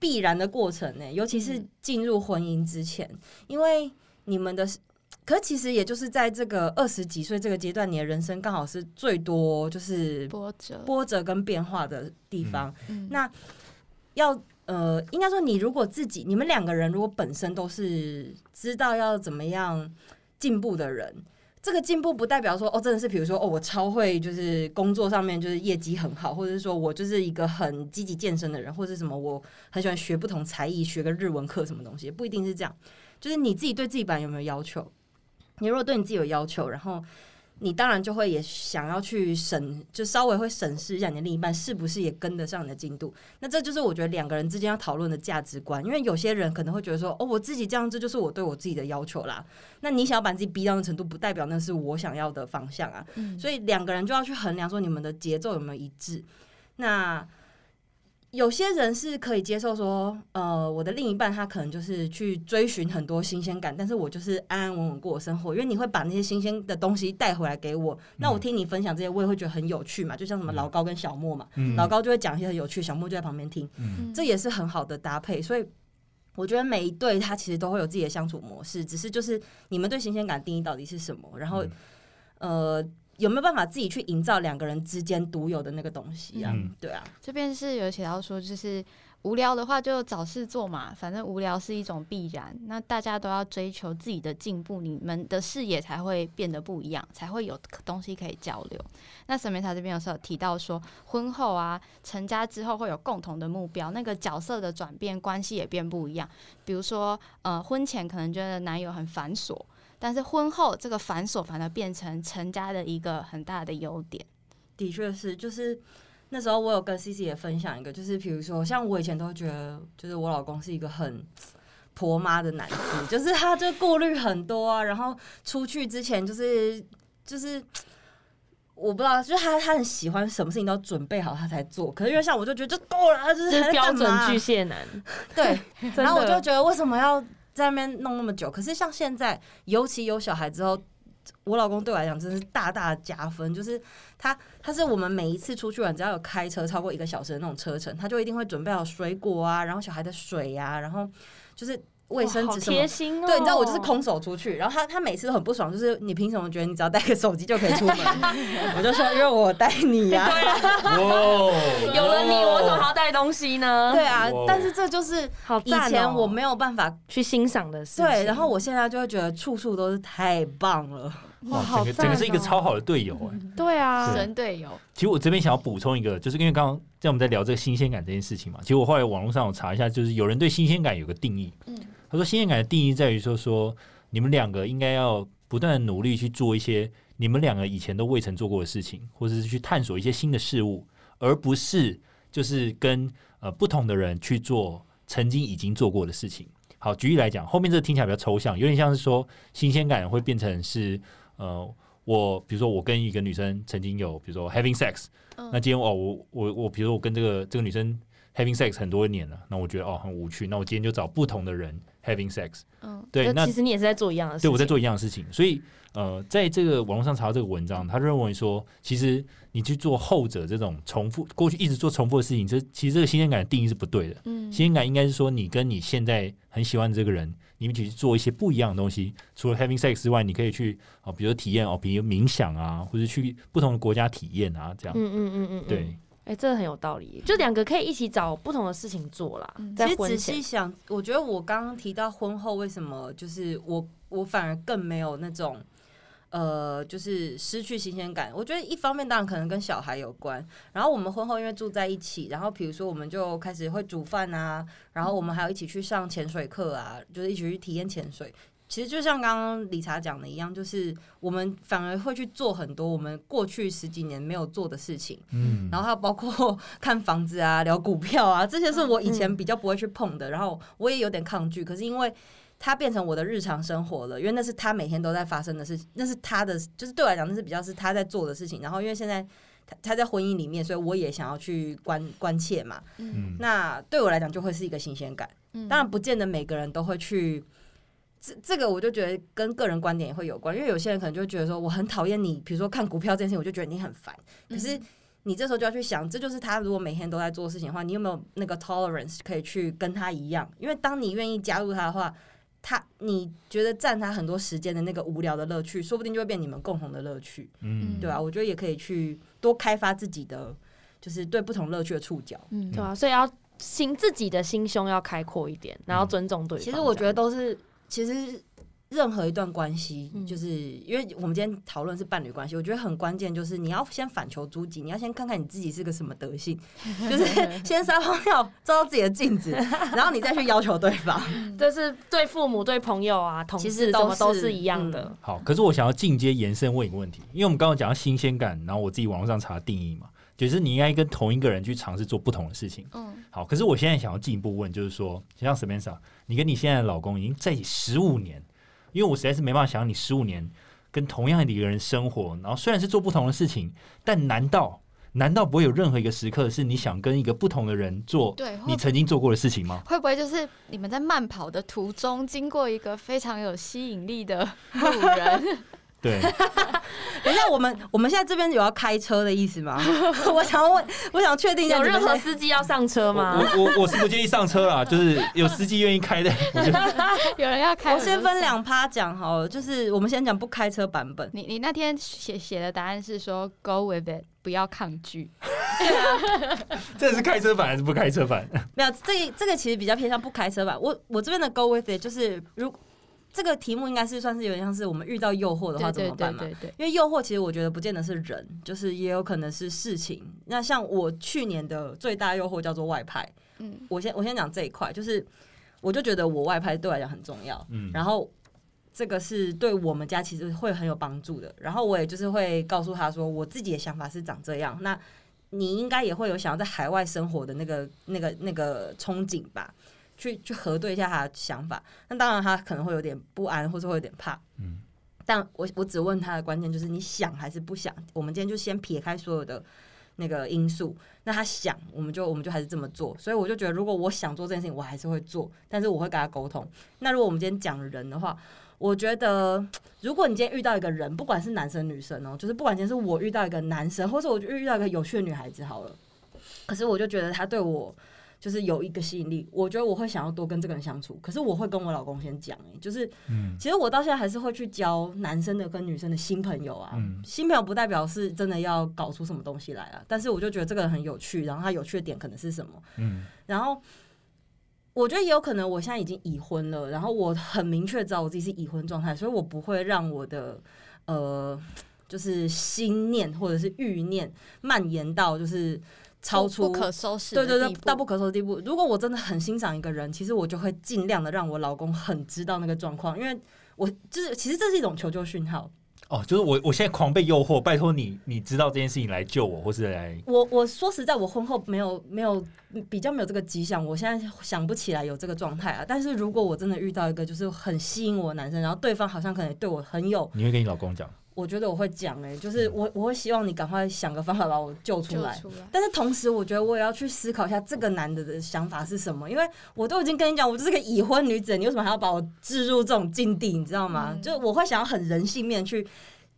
Speaker 4: 必然的过程呢、尤其是
Speaker 1: 嗯
Speaker 4: 进入婚姻之前，因为你们的。可其实也就是在这个二十几岁这个阶段，你的人生刚好是最多就是
Speaker 1: 波折，
Speaker 4: 波折跟变化的地方。
Speaker 1: 嗯
Speaker 4: 那要呃，应该说你如果自己，你们两个人如果本身都是知道要怎么样进步的人，这个进步不代表说哦，真的是比如说哦，我超会就是工作上面就是业绩很好，或者是说我就是一个很积极健身的人，或者什么我很喜欢学不同才艺，学个日文课什么东西，不一定是这样。就是你自己对自己版有没有要求？你如果对你自己有要求，然后你当然就会也想要去审，就稍微会审视一下你的另一半是不是也跟得上你的进度。那这就是我觉得两个人之间要讨论的价值观，因为有些人可能会觉得说，哦，我自己这样子就是我对我自己的要求啦。那你想要把自己逼到那程度，不代表那是我想要的方向啊。
Speaker 1: 嗯
Speaker 4: 所以两个人就要去衡量说你们的节奏有没有一致。那有些人是可以接受说，呃，我的另一半他可能就是去追寻很多新鲜感，但是我就是安安稳稳过我生活，因为你会把那些新鲜的东西带回来给我。那我听你分享这些，我也会觉得很有趣嘛，就像什么老高跟小莫嘛，
Speaker 3: 嗯
Speaker 4: 老高就会讲一些很有趣，小莫就在旁边听，
Speaker 3: 嗯
Speaker 4: 这也是很好的搭配。所以我觉得每一对他其实都会有自己的相处模式，只是就是你们对新鲜感定义到底是什么，然
Speaker 3: 嗯
Speaker 4: 后、呃有没有办法自己去营造两个人之间独有的那个东西啊？
Speaker 3: 嗯
Speaker 4: 对啊，
Speaker 1: 这边是有写到说，就是无聊的话就找事做嘛，反正无聊是一种必然。那大家都要追求自己的进步，你们的视野才会变得不一样，才会有东西可以交流。那 Samantha 这边有时候有提到说，婚后啊，成家之后会有共同的目标，那个角色的转变，关系也变不一样。比如说，呃，婚前可能觉得男友很繁琐，但是婚后这个繁琐反而变成成家的一个很大的优点。
Speaker 4: 的确是，就是那时候我有跟 C C 也分享一个，就是比如说，像我以前都觉得，就是我老公是一个很婆妈的男子，就是他就顾虑很多啊，然后出去之前就是就是。我不知道，就是他，他很喜欢什么事情都要准备好他才做。可是因为像我就觉得就够了啊，就是
Speaker 2: 这
Speaker 4: 还
Speaker 2: 是
Speaker 4: 在
Speaker 2: 标
Speaker 4: 干嘛
Speaker 2: 准
Speaker 4: 啊
Speaker 2: 巨蟹 男，
Speaker 4: 对，
Speaker 2: 真
Speaker 4: 然后我就
Speaker 2: 的
Speaker 4: 觉得为什么要在那边弄那么久？可是像现在，尤其有小孩之后，我老公对我来讲真是大大加分，就是他他是我们每一次出去玩，只要有开车超过一个小时的那种车程，他就一定会准备好水果啊，然后小孩的水啊，然后就是卫生
Speaker 2: 哇好
Speaker 4: 纸什么
Speaker 2: 贴。心哦。
Speaker 4: 对，你知道我就是空手出去，然后他他每次都很不爽，就是你凭什么觉得你只要带个手机就可以 出门？我就说因为我带你呀、
Speaker 3: 哇
Speaker 2: 有了你，我怎么还要带东西呢？
Speaker 4: 对，啊
Speaker 3: 哇，
Speaker 4: 但是这就是
Speaker 2: 好
Speaker 4: 以
Speaker 2: 赞哦。
Speaker 4: 前我没有办法
Speaker 2: 去欣赏的事情，
Speaker 4: 对，然后我现在就会觉得处处都是太棒了。
Speaker 2: 哇，
Speaker 3: 哇，
Speaker 2: 好
Speaker 3: 整个整个是一个
Speaker 2: 赞哦
Speaker 3: 超好的队友哎。
Speaker 2: 对啊，
Speaker 3: 是
Speaker 1: 神队友，
Speaker 3: 其实我这边想要补充一个，就是因为刚刚在我们在聊这个新鲜感这件事情嘛，其实我后来网络上有查一下，就是有人对新鲜感有个定义，
Speaker 1: 嗯
Speaker 3: 他说新鲜感的定义在于说说你们两个应该要不断的努力去做一些你们两个以前都未曾做过的事情，或者是去探索一些新的事物，而不是就是跟呃不同的人去做曾经已经做过的事情。好，举例来讲，后面这个听起来比较抽象，有点像是说新鲜感会变成是呃。我比如说，我跟一个女生曾经有，比如说 having sex，、
Speaker 1: 嗯
Speaker 3: 那今天哦，我我我，比如说我跟这个这个女生 having sex 很多年了，那我觉得哦很无趣，那我今天就找不同的人 having sex，
Speaker 1: 嗯，
Speaker 3: 对，
Speaker 2: 就
Speaker 3: 那
Speaker 2: 其实你也是在做一样的事情。
Speaker 3: 对我在做一样的事情，所以呃，在这个网络上查到这个文章，他认为说，其实你去做后者这种重复过去一直做重复的事情，这其实这个新鲜感的定义是不对的。
Speaker 1: 嗯
Speaker 3: 新鲜感应该是说，你跟你现在很喜欢的这个人，你们一起去做一些不一样的东西。除了 having sex 之外，你可以去哦，比如说体验哦，比如冥想啊，或者去不同的国家体验啊，这样。
Speaker 2: 嗯嗯嗯嗯，嗯
Speaker 3: 对，，
Speaker 2: 哎，这个很有道理，就两个可以一起找不同的事情做啦。在
Speaker 4: 嗯其实仔
Speaker 2: 婚
Speaker 4: 细
Speaker 2: 前，
Speaker 4: 想，我觉得我刚刚提到婚后为什么，就是我我反而更没有那种。呃，就是失去新鲜感。我觉得一方面当然可能跟小孩有关，然后我们婚后因为住在一起，然后比如说我们就开始会煮饭啊，然后我们还要一起去上潜水课啊， 就是一起去体验潜水。其实就像刚刚理查讲的一样，就是我们反而会去做很多我们过去十几年没有做的事情。
Speaker 3: 嗯，
Speaker 4: 然后还有包括 看房子啊、聊股票啊，这些是我以前比较不会去碰的，然后我也有点抗拒。可是因为它变成我的日常生活了，因为那是他每天都在发生的事情，那是他的，就是对我来讲，那是比较是他在做的事情。然后因为现在他他在婚姻里面，所以我也想要去关关切嘛。
Speaker 3: 嗯，
Speaker 4: 那对我来讲就会是一个新鲜感。
Speaker 1: 嗯
Speaker 4: 当然，不见得每个人都会去。这这个我就觉得跟个人观点也会有关，因为有些人可能就觉得说我很讨厌你，比如说看股票这件事情，我就觉得你很烦。可是你这时候就要去想，这就是他如果每天都在做事情的话，你有没有那个 tolerance 可以去跟他一样？因为当你愿意加入他的话，他你觉得占他很多时间的那个无聊的乐趣，说不定就会变你们共同的乐趣，
Speaker 3: 嗯，
Speaker 4: 对吧、我觉得也可以去多开发自己的，就是对不同乐趣的触角。
Speaker 1: 嗯
Speaker 2: 对啊，所以要心自己的心胸要开阔一点，然后尊重对方。
Speaker 4: 其实我觉
Speaker 2: 得
Speaker 4: 得都是，其实任何一段关系，
Speaker 2: 嗯
Speaker 4: 就是因为我们今天讨论是伴侣关系，我觉得很关键，就是你要先反求诸己，你要先看看你自己是个什么德性，就是 先撒泡尿照照自己的镜子，然后你再去要求对方。
Speaker 2: 这是对父母、对朋友啊、同
Speaker 4: 其
Speaker 2: 事
Speaker 4: 实
Speaker 2: 什
Speaker 4: 都
Speaker 2: 么都
Speaker 4: 是
Speaker 2: 是一样的。
Speaker 4: 嗯
Speaker 3: 好，可是我想要进阶延伸问一个问题，因为我们刚刚讲到新鲜感，然后我自己网络上查定义嘛，就是你应该跟同一个人去尝试做不同的事情。
Speaker 1: 嗯
Speaker 3: 好，可是我现在想要进一步问，就是说，像 Samantha，你跟你现在的老公已经在一起十五年，因为我实在是没办法想象你十五年跟同样的一个人生活，然后虽然是做不同的事情，但难道难道不会有任何一个时刻是你想跟一个不同的人做
Speaker 1: 对，会
Speaker 3: 你曾经做过的事情吗？
Speaker 1: 会不会就是你们在慢跑的途中经过一个非常有吸引力的路人？
Speaker 3: 对，
Speaker 4: 等一下，我们我们现在这边有要开车的意思吗？ 我想要问，我想确定一下
Speaker 2: 有
Speaker 4: 你们
Speaker 2: 任何
Speaker 4: 现在
Speaker 2: 司机要上车
Speaker 3: 我
Speaker 2: 吗？
Speaker 3: 我我是不建议上车啦，就是有司机愿意开的，我就
Speaker 1: 有人要开，
Speaker 4: 我先分。两趴讲好了，就是我们先讲不开车版本。
Speaker 1: 你你那天写写的答案是说 “go with it”，不要抗拒。
Speaker 3: 这是开车版还是不开车版？
Speaker 4: 没有，这个这个其实比较偏向不开车版。我我这边的 go with it 就是，如这个题目应该是算是有点像是我们遇到诱惑的话
Speaker 1: 对对
Speaker 4: 怎么
Speaker 1: 对
Speaker 4: 办嘛？
Speaker 1: 对对，
Speaker 4: 因为诱惑其实我觉得不见得是人，就是也有可能是事情。那像我去年的最大诱惑叫做外派，
Speaker 1: 嗯，
Speaker 4: 我先我先讲这一块，就是我就觉得我外派对我来讲很重要，
Speaker 3: 嗯，
Speaker 4: 然后这个是对我们家其实会很有帮助的。然后我也就是会告诉他说，我自己的想法是长这样，那你应该也会有想要在海外生活的那个、那个、那个憧憬吧。去去核对一下他的想法，那当然他可能会有点不安，或是会有点怕。
Speaker 3: 嗯
Speaker 4: 但我我只问他的关键就是你想还是不想？我们今天就先撇开所有的那个因素，那他想，我们就我们就还是这么做。所以我就觉得，如果我想做这件事情，我还是会做，但是我会跟他沟通。那如果我们今天讲人的话，我觉得如果你今天遇到一个人，不管是男生女生哦、就是不管今天是我遇到一个男生，或者我遇到一个有趣的女孩子好了，可是我就觉得他对我。就是有一个吸引力，我觉得我会想要多跟这个人相处，可是我会跟我老公先讲、欸，就是
Speaker 3: 嗯
Speaker 4: 其实我到现在还是会去交男生的跟女生的新朋友啊。
Speaker 3: 嗯
Speaker 4: 新朋友不代表是真的要搞出什么东西来啊，但是我就觉得这个人很有趣，然后他有趣的点可能是什么？
Speaker 3: 嗯
Speaker 4: 然后我觉得也有可能我现在已经已婚了，然后我很明确知道我自己是已婚状态，所以我不会让我的呃就是心念或者是欲念蔓延到就是超出
Speaker 1: 不可收拾
Speaker 4: 对
Speaker 1: 的
Speaker 4: 对对
Speaker 1: 地步，
Speaker 4: 到不可收的地步。如果我真的很欣赏一个人，其实我就会尽量的让我老公很知道那个状况，因为我就是其实这是一种求救讯号。
Speaker 3: 哦，就是我我现在狂被诱惑，拜托你，你知道这件事情来救我，或是来
Speaker 4: 我我说实在，我婚后没有没有比较没有这个迹象，我现在想不起来有这个状态啊。但是如果我真的遇到一个就是很吸引我的男生，然后对方好像可能对我很有，
Speaker 3: 你会跟你老公讲，
Speaker 4: 我觉得我会讲哎、就是我我会希望你赶快想个方法把我救出
Speaker 1: 救
Speaker 4: 来。
Speaker 1: 出来。
Speaker 4: 但是同时，我觉得我也要去思考一下这个男的的想法是什么，因为我都已经跟你讲，我就是个已婚女子，你为什么还要把我置入这种境地？你知道吗？
Speaker 1: 嗯
Speaker 4: 就是我会想要很人性面去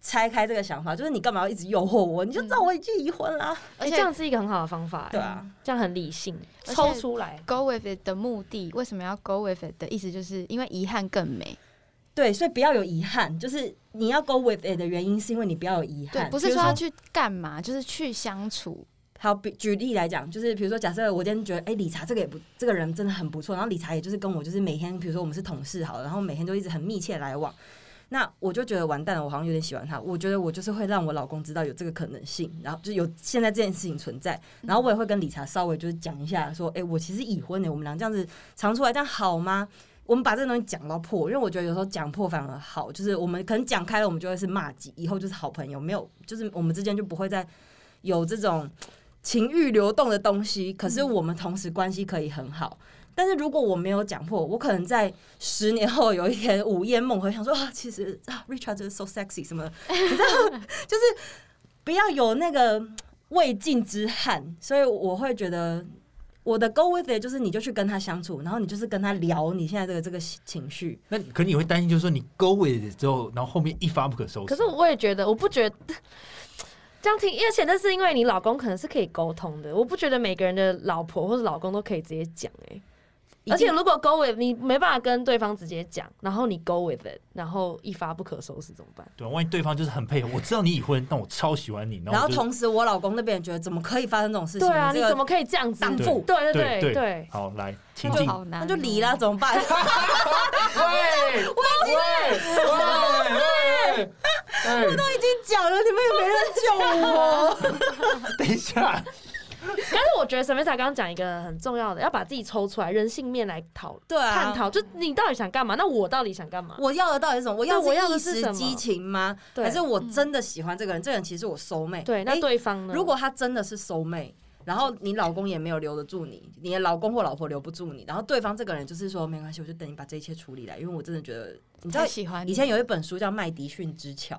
Speaker 4: 拆开这个想法，就是你干嘛要一直诱惑我？你就知
Speaker 1: 嗯
Speaker 4: 道我已经已婚啦。
Speaker 1: 而
Speaker 2: 哎，
Speaker 1: 且
Speaker 2: 这样是一个很好的方法，欸
Speaker 4: 对啊，
Speaker 2: 这样很理性，
Speaker 1: 而且
Speaker 2: 抽出来。
Speaker 1: go with it 的目的，为什么要 go with it 的意思，就是因为遗憾更美。
Speaker 4: 对，所以不要有遗憾，就是你要 go with it 的原因，是因为你不要有遗
Speaker 1: 对，
Speaker 4: 憾。
Speaker 1: 不
Speaker 4: 比
Speaker 1: 是
Speaker 4: 如
Speaker 1: 说要去干嘛，就是去相处。
Speaker 4: 好，比举例来讲，就是比如说，假设我今天觉得，哎、理查这个也不，这个人真的很不错，然后理查也就是跟我就是每天，比如说我们是同事好了，然后每天都一直很密切来往，那我就觉得完蛋了，我好像有点喜欢他，我觉得我就是会让我老公知道有这个可能性，然后就有现在这件事情存在，然后我也会跟理查稍微就是讲一下，说，哎、我其实已婚的，我们俩这样子常出来，这样好吗？我们把这个东西讲到破，因为我觉得有时候讲破反而好，就是我们可能讲开了，我们就会是骂几，以后就是好朋友，没有，就是我们之间就不会再有这种情欲流动的东西。
Speaker 2: 嗯
Speaker 4: 可是我们同时关系可以很好，但是如果我没有讲破，我可能在十年后有一天午夜梦回，想说啊，其实啊，Richard 就是 so sexy 什么的，你知道，就是不要有那个未尽之憾。所以我会觉得。我的 go with it 就是你就去跟他相处，然后你就是跟他聊你现在这个这个情绪，
Speaker 3: 那可你会担心，就是说你 go with it 之后，然后后面一发不可收
Speaker 2: 可
Speaker 3: 拾。
Speaker 2: 是我也觉得，我不觉得这样听，而且那是因为你老公可能是可以沟通的，我不觉得每个人的老婆或者老公都可以直接讲哎、
Speaker 4: 已经
Speaker 2: 而且如果 go with 你没办法跟对方直接讲，然后你 go with it，然后一发不可收拾怎么办？
Speaker 3: 对，万一对方就是很配合，我知道你已婚，但我超喜欢你，
Speaker 4: 然
Speaker 3: 后
Speaker 4: 后
Speaker 3: 我就
Speaker 4: 同时我老公那边也觉得怎么可以发生这种事情？
Speaker 2: 对啊，
Speaker 4: 这
Speaker 2: 你
Speaker 4: 个
Speaker 2: 怎么可以这样子
Speaker 4: 荡妇
Speaker 2: 对对
Speaker 3: 对
Speaker 2: 对
Speaker 3: 对
Speaker 2: 对，
Speaker 3: 好来，请
Speaker 1: 就
Speaker 3: 进。
Speaker 1: 好难、
Speaker 4: 啊
Speaker 1: 哦
Speaker 4: 那就 离。了，怎么办？
Speaker 3: 喂喂喂喂！ 我
Speaker 4: 已经讲了，你们也没人救我。
Speaker 3: 等一下，
Speaker 2: 但是我觉得 Samantha 刚刚讲一个很重要的，要把自己抽出来，人性面来讨
Speaker 4: 对啊，
Speaker 2: 探讨，就你到底想干嘛？那我到底想干嘛？
Speaker 4: 我要的到底是什么？我要
Speaker 2: 对我要的
Speaker 4: 一
Speaker 2: 是
Speaker 4: 时
Speaker 2: 什么
Speaker 4: 激情吗？
Speaker 2: 对嗯
Speaker 4: 还是我真的喜欢这个人？这个人其实我收妹。
Speaker 2: 对，那
Speaker 4: 诶
Speaker 2: 对方呢？
Speaker 4: 如果他真的是收妹。然后你老公也没有留得住你，你的老公或老婆留不住你，然后对方这个人就是说没关系，我就等你把这一切处理来，因为我真的觉得，你知道
Speaker 1: 太喜欢你
Speaker 4: 以前有一本书叫《麦迪逊之桥》，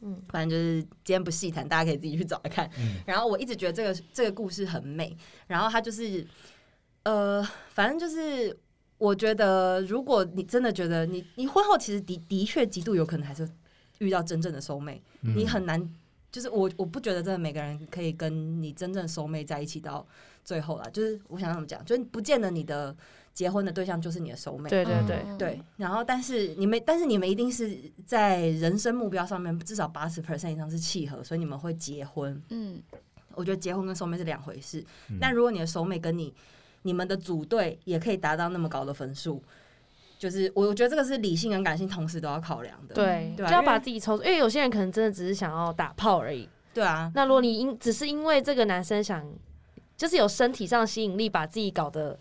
Speaker 2: 嗯
Speaker 4: 反正就是今天不细谈，大家可以自己去找来看。
Speaker 3: 嗯
Speaker 4: 然后我一直觉得这个这个故事很美，然后它就是呃，反正就是。我觉得，如果你真的觉得你你婚后其实的的确极度有可能还是遇到真正的收妹，
Speaker 3: 嗯
Speaker 4: 你很难，就是我我不觉得真的每个人可以跟你真正收妹在一起到最后啦。就是我想怎么讲，就是不见得你的结婚的对象就是你的收妹，
Speaker 2: 对对对，
Speaker 1: 嗯
Speaker 4: 对，然后但是你们，但是你们一定是在人生目标上面至少八十 percent 以上是契合，所以你们会结婚。
Speaker 1: 嗯
Speaker 4: 我觉得结婚跟收妹是两回事。
Speaker 3: 嗯
Speaker 4: 但如果你的收妹跟你你们的组队也可以达到那么高的分数，就是我我觉得这个是理性跟感性同时都要考量
Speaker 2: 嗯
Speaker 4: 的。
Speaker 2: 对，就
Speaker 4: 对啊
Speaker 2: 要
Speaker 4: 因为
Speaker 2: 把自己抽出，因为有些人可能真的只是想要打炮而已。
Speaker 4: 对啊，
Speaker 2: 那如果你因只是因为这个男生想，就是有身体上吸引力，把自己搞得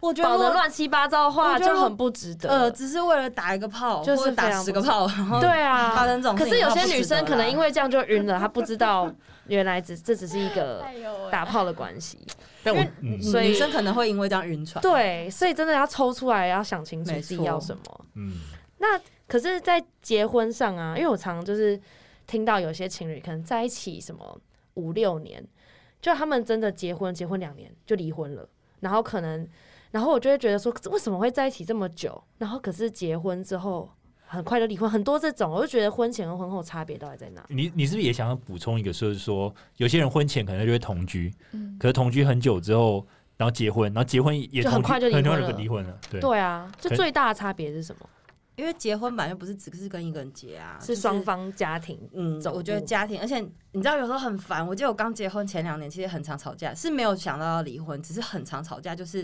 Speaker 4: 我觉
Speaker 2: 搞
Speaker 4: 得
Speaker 2: 得
Speaker 4: 我
Speaker 2: 乱七八糟的
Speaker 4: 我
Speaker 2: 话，
Speaker 4: 觉得
Speaker 2: 就很不值得。
Speaker 4: 呃，只是为了打一个炮，
Speaker 2: 就是
Speaker 4: 或者打
Speaker 2: 非常
Speaker 4: 十个炮，然后
Speaker 2: 对
Speaker 4: 发
Speaker 2: 啊，
Speaker 4: 生这种
Speaker 2: 可
Speaker 4: 事情。
Speaker 2: 是有
Speaker 4: 那
Speaker 2: 些
Speaker 4: 不值
Speaker 2: 女生
Speaker 4: 得
Speaker 2: 可能
Speaker 4: 啦
Speaker 2: 因为这样就晕了，她不知道原来只这只是一个
Speaker 1: 哎呦喂
Speaker 2: 打炮的关系。
Speaker 3: 但我
Speaker 4: 因为
Speaker 3: 嗯
Speaker 2: 所以
Speaker 4: 女生可能会因为这样晕船。
Speaker 2: 对，所以真的要抽出来，要想清楚
Speaker 4: 没
Speaker 2: 自己
Speaker 4: 错
Speaker 2: 要什么。
Speaker 3: 嗯
Speaker 2: 可是，在结婚上啊，因为我常就是听到有些情侣可能在一起什么五六年，就他们真的结婚，结婚两年就离婚了，然后可能，然后我就会觉得说，为什么会在一起这么久？然后可是结婚之后很快就离婚，很多这种，我就觉得婚前和婚后差别到底在哪？
Speaker 3: 你你是不是也想要补充一个，就是说有些人婚前可能就会同居，
Speaker 1: 嗯，
Speaker 3: 可是同居很久之后，然后结婚，然后结婚也
Speaker 2: 就
Speaker 3: 同
Speaker 2: 很
Speaker 3: 居
Speaker 2: 快就离
Speaker 3: 很
Speaker 2: 婚
Speaker 3: 快就
Speaker 2: 了
Speaker 3: 离婚了，对，
Speaker 2: 对啊，就
Speaker 3: 可
Speaker 2: 最大的差别是什么？
Speaker 4: 因为结婚本来就不是只是跟一个人结啊，就是
Speaker 2: 双。方家庭，
Speaker 4: 嗯，
Speaker 2: 总
Speaker 4: 我觉得
Speaker 2: 部
Speaker 4: 家庭，而且你知道有时候很烦。我记得我刚结婚前两年，其实很常吵架，是没有想到要离婚，只是很常吵架。就是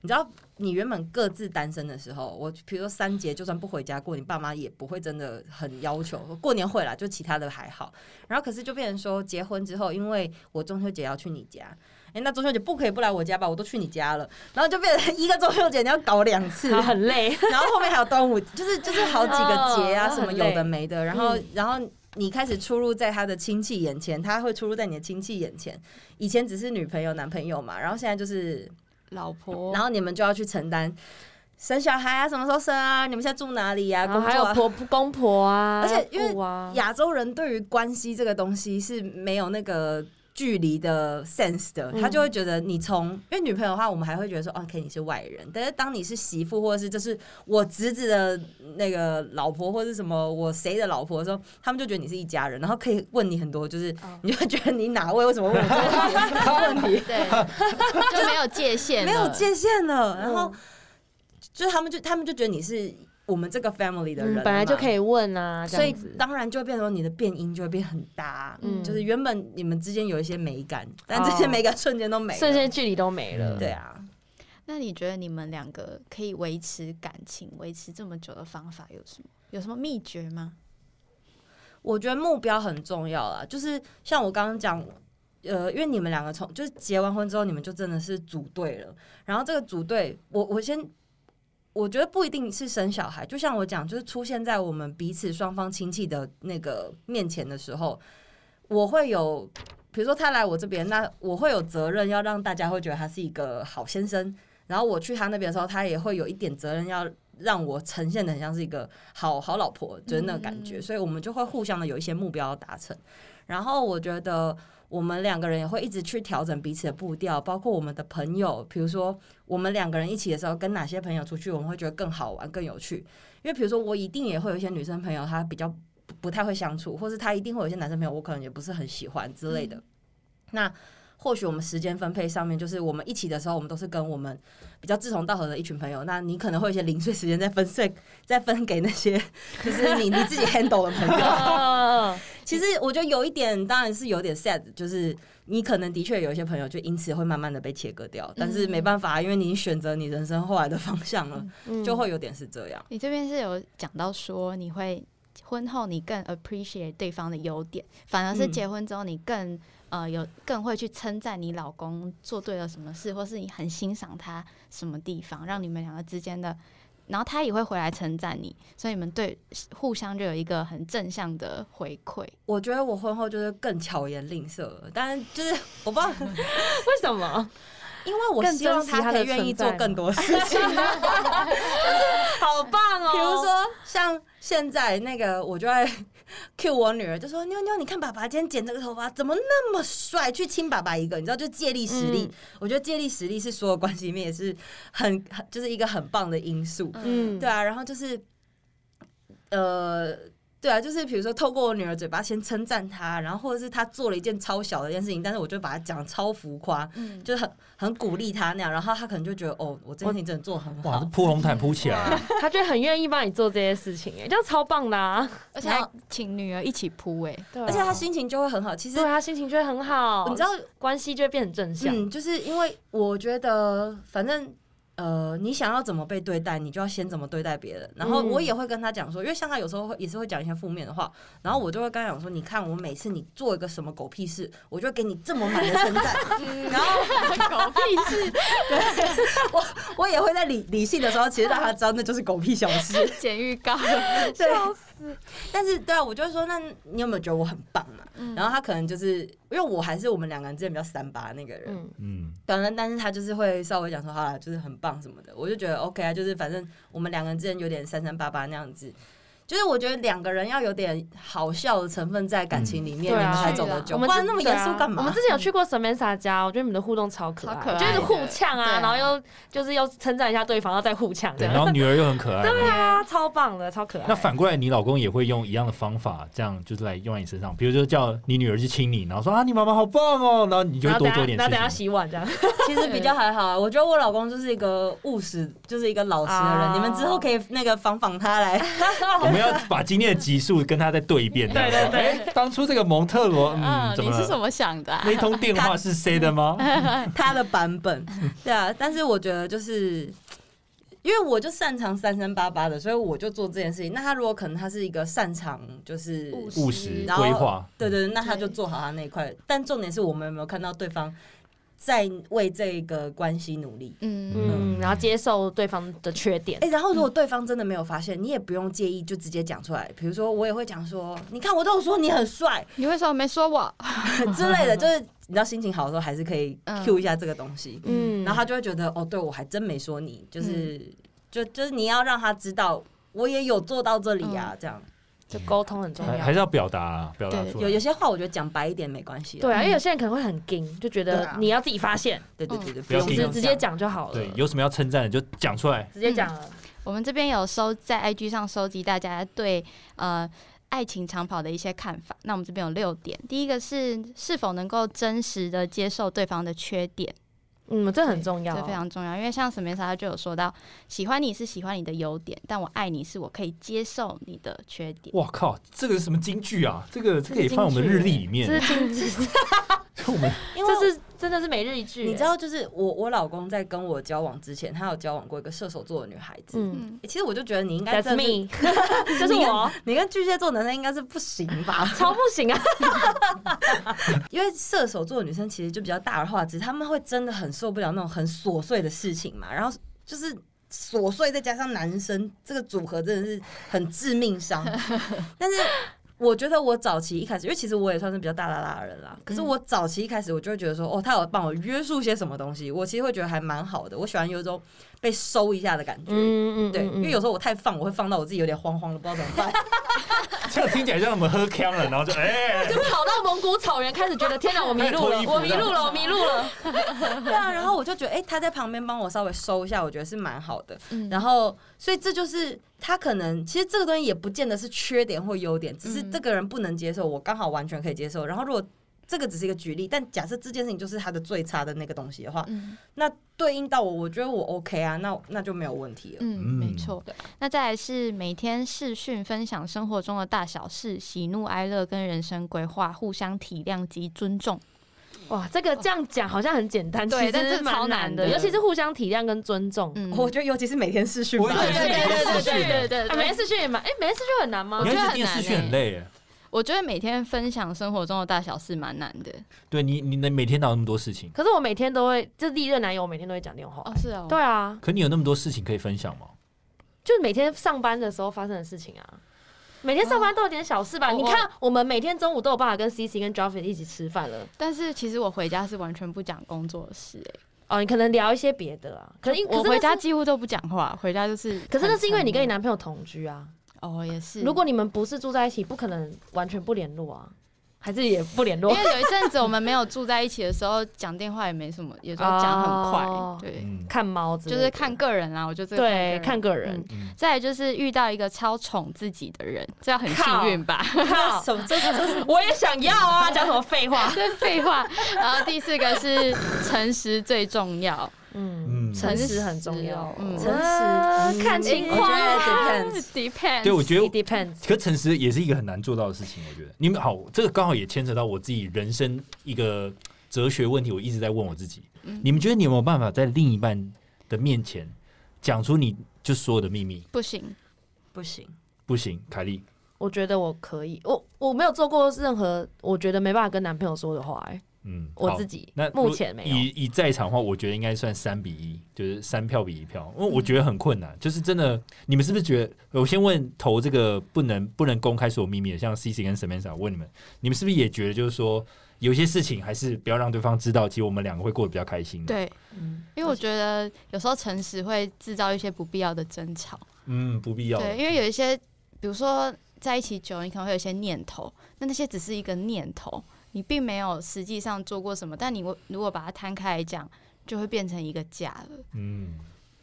Speaker 4: 你知道，你原本各自单身的时候，我比如说三节就算不回家过，你爸妈也不会真的很要求。过年会啦，就其他的还好。然后可是就变成说，结婚之后，因为我中秋节要去你家，哎、那中秋节不可以不来我家吧？我都去你家了，然后就变成一个中秋节你要搞两 次，
Speaker 2: 他很累，
Speaker 4: 然后后面还有端午，就是就是好几个节
Speaker 2: 哦
Speaker 4: 啊，
Speaker 2: 嗯
Speaker 4: 什么有的没的，然后然后。你开始出入在他的亲戚眼前，他会出入在你的亲戚眼前。以前只是女朋友、男朋友嘛，然后现在就是，
Speaker 1: 老婆，
Speaker 4: 然后你们就要去承担生小孩啊，什么时候生啊，你们现在住哪里啊，
Speaker 2: 然后
Speaker 4: 工
Speaker 2: 哦还
Speaker 4: 作
Speaker 2: 有
Speaker 4: 啊。
Speaker 2: 婆婆公婆啊，
Speaker 4: 而且因为
Speaker 2: 姑啊，
Speaker 4: 亚洲人对于关系这个东西是没有那个距离的 sense 的，
Speaker 2: 嗯
Speaker 4: 他就会觉得你从因为女朋友的话，我们还会觉得说哦，OK 你是外人，但是当你是媳妇或者是这是我侄子的那个老婆或是什么我谁的老婆的时候，他们就觉得你是一家人，然后可以问你很多，就是
Speaker 2: 哦
Speaker 4: 你就会觉得你哪位为什么问我这个问题问题，
Speaker 1: 对，就没有界限，
Speaker 4: 没有，界限了，然后
Speaker 2: 嗯
Speaker 4: 就是他们就他们就觉得你是我们这个 family 的人了嘛，
Speaker 2: 嗯本来就可以问啊，这
Speaker 4: 所以
Speaker 2: 样子
Speaker 4: 当然就会变成说你的变音就会变很大，
Speaker 2: 嗯
Speaker 4: 就是原本你们之间有一些美感，但
Speaker 2: 哦
Speaker 4: 这些美感瞬间都没了。
Speaker 2: 瞬间距离都没了，
Speaker 3: 嗯
Speaker 4: 对啊，
Speaker 1: 那你觉得你们两个可以维持感情维持这么久的方法有什么？有什么秘诀吗？
Speaker 4: 我觉得目标很重要啦，就是像我刚刚讲。呃，因为你们两个从就是结完婚之后，你们就真的是组队了。然后这个组队，我我先，我觉得不一定是生小孩，就像我讲，就是出现在我们彼此双方亲戚的那个面前的时候，我会有，比如说他来我这边，那我会有责任要让大家会觉得他是一个好先生。然后我去他那边的时候，他也会有一点责任要让我呈现的很像是一个好好老婆，就是那个感觉。
Speaker 1: 嗯
Speaker 4: 所以我们就会互相的有一些目标要达成。然后我觉得我们两个人也会一直去调整彼此的步调，包括我们的朋友，比如说我们两个人一起的时候，跟哪些朋友出去，我们会觉得更好玩、更有趣。因为比如说我一定也会有一些女生朋友，她比较不不太会相处，或是她一定会有一些男生朋友，我可能也不是很喜欢之
Speaker 1: 嗯
Speaker 4: 类的。那或许我们时间分配上面，就是我们一起的时候，我们都是跟我们比较志同道合的一群朋友。那你可能会有一些零碎时间再分碎， 再分给那些 就是你你自己 handle 的朋 友。
Speaker 2: 嗯
Speaker 4: 其实我觉得有一点，当然是有点 sad，就是你可能的确有一些朋友就因此会慢慢的被切割掉，但是没办法，啊因为你已经选择你人生后来的方向了，
Speaker 2: 嗯
Speaker 4: 就会有点是这样。
Speaker 1: 你这边是有讲到说你会婚后你更 appreciate 对方的优点，反而是
Speaker 4: 嗯
Speaker 1: 结婚之后你更、呃有更会去称赞你老公做对了什么事，或是你很欣赏他什么地方，让你们两个之间的，然后他也会回来称赞你，所以你们对互相就有一个很正向的回馈。
Speaker 4: 我觉得我婚后就是更巧言令色了，但是就是我不知道，
Speaker 2: 为什么？
Speaker 4: 因为我希望他可以愿意做更多事情，
Speaker 2: 好棒
Speaker 4: 比如说像现在 那个，我就会 cue 我女儿，就说妞妞，你看爸爸今天剪这个头发怎么那么帅，去亲爸爸一个，你知道，就借力使力。
Speaker 2: 嗯
Speaker 4: 我觉得借力使力是所有关系里面也是很很就是一个很棒的因素，
Speaker 2: 嗯，
Speaker 4: 对啊。然后就是呃。对啊，就是比如说透过我女儿嘴巴先称赞她，然后或者是她做了一件超小的一件事情，但是我就把它讲得超浮夸，
Speaker 1: 嗯，
Speaker 4: 就是很很鼓励她那样，然后她可能就觉得哦，我这件事情真的做得很
Speaker 3: 哇，这
Speaker 4: 好，
Speaker 3: 铺红毯铺起来，
Speaker 2: 他就很愿意帮你做这些事情，哎，这样超棒的啊！
Speaker 1: 而且还请女儿一起铺 哎、
Speaker 2: 对
Speaker 4: 而且她心情就会很好。其实
Speaker 2: 对啊他心情就会很好，
Speaker 4: 你知道，
Speaker 2: 关系就会变很正向。
Speaker 4: 嗯，就是因为我觉得，反正呃，你想要怎么被对待，你就要先怎么对待别人。然后
Speaker 2: 嗯
Speaker 4: 我也会跟他讲说，因为像他有时候会也是会讲一些负面的话，然后我就会跟他讲说，你看我每次你做一个什么狗屁事，我就会给你这么满的称赞。 然后
Speaker 1: 狗屁事，
Speaker 4: 我也会在理理性的时候，其实让他知道那就是狗屁小 事。
Speaker 1: 剪嗯预告，
Speaker 4: 对， 但是对啊，我就会说，那你有没有觉得我很棒嘛？然后他可能就是因为我还是我们两个人之间比较三八的那个人，
Speaker 2: 嗯，
Speaker 3: 嗯，
Speaker 4: 反正，但是他就是会稍微讲说，好啦，就是很棒什么的，我就觉得 OK 啊，就是反正我们两个人之间有点三三八八那样子，就是我觉得两个人要有点好笑的成分在感情里面，
Speaker 2: 嗯
Speaker 4: 你们才
Speaker 1: 对啊
Speaker 4: 走得久，
Speaker 2: 我
Speaker 4: 不
Speaker 2: 们
Speaker 4: 然那么严肃干
Speaker 2: 对啊我
Speaker 4: 嘛
Speaker 2: 们之？前有去过 Samantha 家，我觉得你们的互动超可爱，
Speaker 1: 超可爱的
Speaker 2: 就是互呛
Speaker 1: 对
Speaker 2: 啊，
Speaker 1: 啊
Speaker 2: 然后又就是又称赞一下对方，然后再互呛，
Speaker 3: 对，
Speaker 2: 这
Speaker 3: 然
Speaker 2: 样
Speaker 3: 后女儿又很可 爱。
Speaker 2: 对啊，超棒的，超可爱。
Speaker 3: 那反过来，你老公也会用一样的方法，这样就是来用在你身上，比如说叫你女儿去亲你，然后说啊，你妈妈好棒哦，然后你就
Speaker 2: 然
Speaker 3: 会
Speaker 2: 后等下
Speaker 3: 多做点
Speaker 2: 然后等下
Speaker 3: 事情。
Speaker 2: 洗碗这样，
Speaker 4: 其实比较还好啊，我觉得我老公就是一个务实，就是一个老实的人，
Speaker 2: 啊
Speaker 4: 你们之后可以那个仿仿 他来，
Speaker 3: 我们要把今天的集数跟他再对一遍。
Speaker 2: 对对对
Speaker 3: 哎 当初这个蒙特罗，嗯，
Speaker 1: 嗯，
Speaker 3: 怎
Speaker 1: 你
Speaker 3: 么
Speaker 1: 是怎
Speaker 3: 了？
Speaker 1: 么想的、啊？
Speaker 3: 那通电话是谁 的吗？
Speaker 4: 他的版本，对啊，但是我觉得就是。因为我就擅长三三八八的，所以我就做这件事情。那他如果可能，他是一个擅长就是
Speaker 1: 务
Speaker 3: 务
Speaker 2: 嗯
Speaker 3: 实
Speaker 4: 然后
Speaker 3: 规划，
Speaker 4: 对对对，那他就
Speaker 1: 对
Speaker 4: 做好他那一块。但重点是我们有没有看到对方在为这个关系努力？
Speaker 1: 嗯，
Speaker 2: 嗯，然后接受对方的缺点
Speaker 4: 哎、，然后如果对方真的没有发现，你也不用介意，就直接讲出来。比如说，我也会讲说，你看我都有说你很 帅
Speaker 1: 你为什么没说我？
Speaker 4: 之类的，就是你知道心情好的时候，还是可以
Speaker 1: 嗯
Speaker 4: Q 一下这个东西，
Speaker 2: 嗯，
Speaker 4: 然后他就会觉得，哦，对我还真没说你，就是、就就是你要让他知道。我也有做到这里
Speaker 2: 嗯
Speaker 4: 啊，这样
Speaker 2: 就沟通很重
Speaker 3: 还
Speaker 2: 要
Speaker 3: 还。是要表达啊，表达
Speaker 1: 对
Speaker 3: 出
Speaker 4: 有有
Speaker 3: 来。
Speaker 4: 些话我觉得讲白一点没关系啦。
Speaker 2: 对啊，因为有些人可能会很硬，就觉
Speaker 4: 对
Speaker 2: 得
Speaker 4: 啊
Speaker 2: 你要自己发现，
Speaker 4: 对对对对，不
Speaker 3: 要
Speaker 4: 用
Speaker 2: 就
Speaker 3: 硬
Speaker 2: 是
Speaker 3: 讲
Speaker 2: 嗯直接，讲就好了。
Speaker 3: 对，有什么要称赞的就讲出来。
Speaker 2: 直接讲了。
Speaker 1: 我们这边有收在 IG 上收集大家对呃爱情长跑的一些看法。那我们这边有六点，第一个是是否能够真实的接受对方的缺点，
Speaker 2: 嗯，这很重要
Speaker 1: 这，非常重要。因为像沈梅莎她就有说到，喜欢你是喜欢你的优点，但我爱你是我可以接受你的缺点。
Speaker 3: 哇靠，这个是什么金句啊？这个这个也放我们日历里
Speaker 2: 这
Speaker 3: 面。
Speaker 2: 是禁止，
Speaker 3: 我们
Speaker 4: 因为
Speaker 2: 这是真的是每日一句。
Speaker 4: 你知，道，就是我我老公在跟我交往之前，他有交往过一个射手座的女孩子。
Speaker 2: 嗯
Speaker 1: 嗯，
Speaker 4: 欸其实我就觉得你应该
Speaker 2: ，That's
Speaker 4: 真的是，
Speaker 2: me，就是 我，
Speaker 4: 你跟巨蟹座男生应该是不行吧？
Speaker 2: 超不行啊。
Speaker 4: 因为射手座的女生其实就比较大而化之，他们会真的很受不了那种很琐碎的事情嘛。然后就是琐碎再加上男生这个组合，真的是很致命 伤。但是我觉得我早期一开始，因为其实我也算是比较大啦啦的人啦，
Speaker 2: 嗯
Speaker 4: 可是我早期一开始我就会觉得说，哦，他有帮我约束些什么东西，我其实会觉得还蛮好的。我喜欢有一种被收一下的感觉。
Speaker 2: 嗯
Speaker 4: 对，因为有时候我太放，我会放到我自己有点慌慌的，不知道怎么 办。
Speaker 3: 这样听起来像我们喝康了，然后就哎，
Speaker 2: 就跑到蒙古草原，开始觉得天哪，我迷路
Speaker 3: 开始脱衣
Speaker 2: 了，我迷
Speaker 3: 服
Speaker 2: 路了，我迷路了。
Speaker 4: 对啊，然后我就觉得，哎、他在旁边帮我稍微收一下，我觉得是蛮好的。
Speaker 1: 嗯
Speaker 4: 然后，所以这就是他可能，其实这个东西也不见得是缺点或优点，只是
Speaker 1: 嗯
Speaker 4: 这个人不能接受，我刚好完全可以接受。然后，如果这个只是一个举例，但假设这件事情就是他的最差的那个东西的话，
Speaker 1: 嗯
Speaker 4: 那对应到我，我觉得我 OK 啊，那那就没有问题了。
Speaker 1: 嗯，
Speaker 3: 嗯
Speaker 1: 没错。那再来是每天视讯分享生活中的大小事、喜怒哀乐跟人生规划，互相体谅及尊重。
Speaker 2: 哇，这个这样讲好像很简单，
Speaker 1: 对
Speaker 2: 其实
Speaker 1: 但是
Speaker 2: 蛮
Speaker 1: 超
Speaker 2: 难
Speaker 1: 难
Speaker 2: 的，
Speaker 1: 的
Speaker 2: 尤其是互相体谅跟尊重。
Speaker 1: 嗯，
Speaker 4: 我觉得尤其是每天视讯吧
Speaker 1: 哦
Speaker 3: 我，也觉得
Speaker 1: 对对对
Speaker 2: 哎，每天视讯也蛮，哎，每天视讯很难吗
Speaker 3: 你？
Speaker 1: 觉得
Speaker 3: 看这
Speaker 1: 很
Speaker 3: 电视
Speaker 1: 难
Speaker 3: 剧很
Speaker 1: 欸
Speaker 3: 累耶。
Speaker 1: 我觉得每天分享生活中的大小事蛮难的。
Speaker 3: 对你，你能每天哪有那么多事情？
Speaker 2: 可是我每天都会，就历任男友，我每天都会讲电话。
Speaker 1: 哦，是哦，
Speaker 2: 对啊，
Speaker 3: 可你有那么多事情可以分享吗？
Speaker 2: 就是每天上班的时候发生的事情啊。每天上班都有点小事吧？
Speaker 1: 哦
Speaker 2: 你看，我们每天中午都有办法跟 C C 跟 j o f f y 一起吃饭了。
Speaker 1: 但是其实我回家是完全不讲工作的事、欸，
Speaker 2: 哦，你可能聊一些别的啊，可能因可
Speaker 1: 我
Speaker 2: 是那
Speaker 1: 回家
Speaker 2: 是，
Speaker 1: 几乎都不讲话，回家就是很沉默。
Speaker 2: 可是那是因为你跟你男朋友同居啊。
Speaker 1: 哦也是，
Speaker 2: 如果你们不是住在一起，不可能完全不联络啊，还是也不联
Speaker 1: 因
Speaker 2: 络。
Speaker 1: 为有一阵子我们没有住在一起的时候，讲电话也没什么，有时候讲很快，
Speaker 2: 哦
Speaker 1: 对，
Speaker 3: 嗯
Speaker 2: 看猫之类
Speaker 1: 就
Speaker 2: 的，
Speaker 1: 是看个人啦。我觉得这个
Speaker 2: 对看
Speaker 1: 个
Speaker 2: 个
Speaker 1: 人
Speaker 2: 人。
Speaker 3: 嗯，
Speaker 1: 再来就是遇到一个超宠自己的人，这样很幸运吧？
Speaker 2: 靠，
Speaker 4: 什么？这这是
Speaker 2: 我也想要啊，讲什么废话？
Speaker 1: 这废话。然后第四个是诚实最重要，
Speaker 2: 嗯，
Speaker 3: 嗯
Speaker 2: 诚实很重要。
Speaker 1: 嗯
Speaker 4: 诚
Speaker 2: 啊
Speaker 4: 实，
Speaker 2: 看情况啊
Speaker 4: 我觉得 depends。
Speaker 1: depends。
Speaker 3: 对，我觉得
Speaker 2: It depends。
Speaker 3: 可诚实也是一个很难做到的事情，我觉得。你们好，这个刚好也牵扯到我自己人生一个哲学问题，我一直在问我自己：
Speaker 2: 嗯
Speaker 3: 你们觉得你有没有办法在另一半的面前讲出你就所有的秘密？
Speaker 1: 不行，
Speaker 4: 不行，
Speaker 3: 不行，凯莉，
Speaker 2: 我觉得我可以，我我没有做过任何我觉得没办法跟男朋友说的话、哎，
Speaker 3: 嗯，
Speaker 2: 我
Speaker 3: 好
Speaker 2: 自己
Speaker 3: 那
Speaker 2: 目前没有。
Speaker 3: 以以在场的话，我觉得应该算三比一，就是三票比一票，因为我
Speaker 2: 嗯
Speaker 3: 觉得很困难，就是真的，你们是不是觉得？我先问投这个不能不能公开所有秘密的，像 C C 跟 Samantha，我问你们，你们是不是也觉得就是说，有些事情还是不要让对方知道，其实我们两个会过得比较开心。，
Speaker 1: 对，
Speaker 2: 嗯
Speaker 1: 因为我觉得有时候诚实会制造一些不必要的争吵。
Speaker 3: 嗯，不必要。
Speaker 1: 对，因为有一些，比如说在一起久了，你可能会有一些念头，那那些只是一个念头，你并没有实际上做过什么，但你如如果把它摊开来讲，就会变成一个假了。
Speaker 3: 嗯，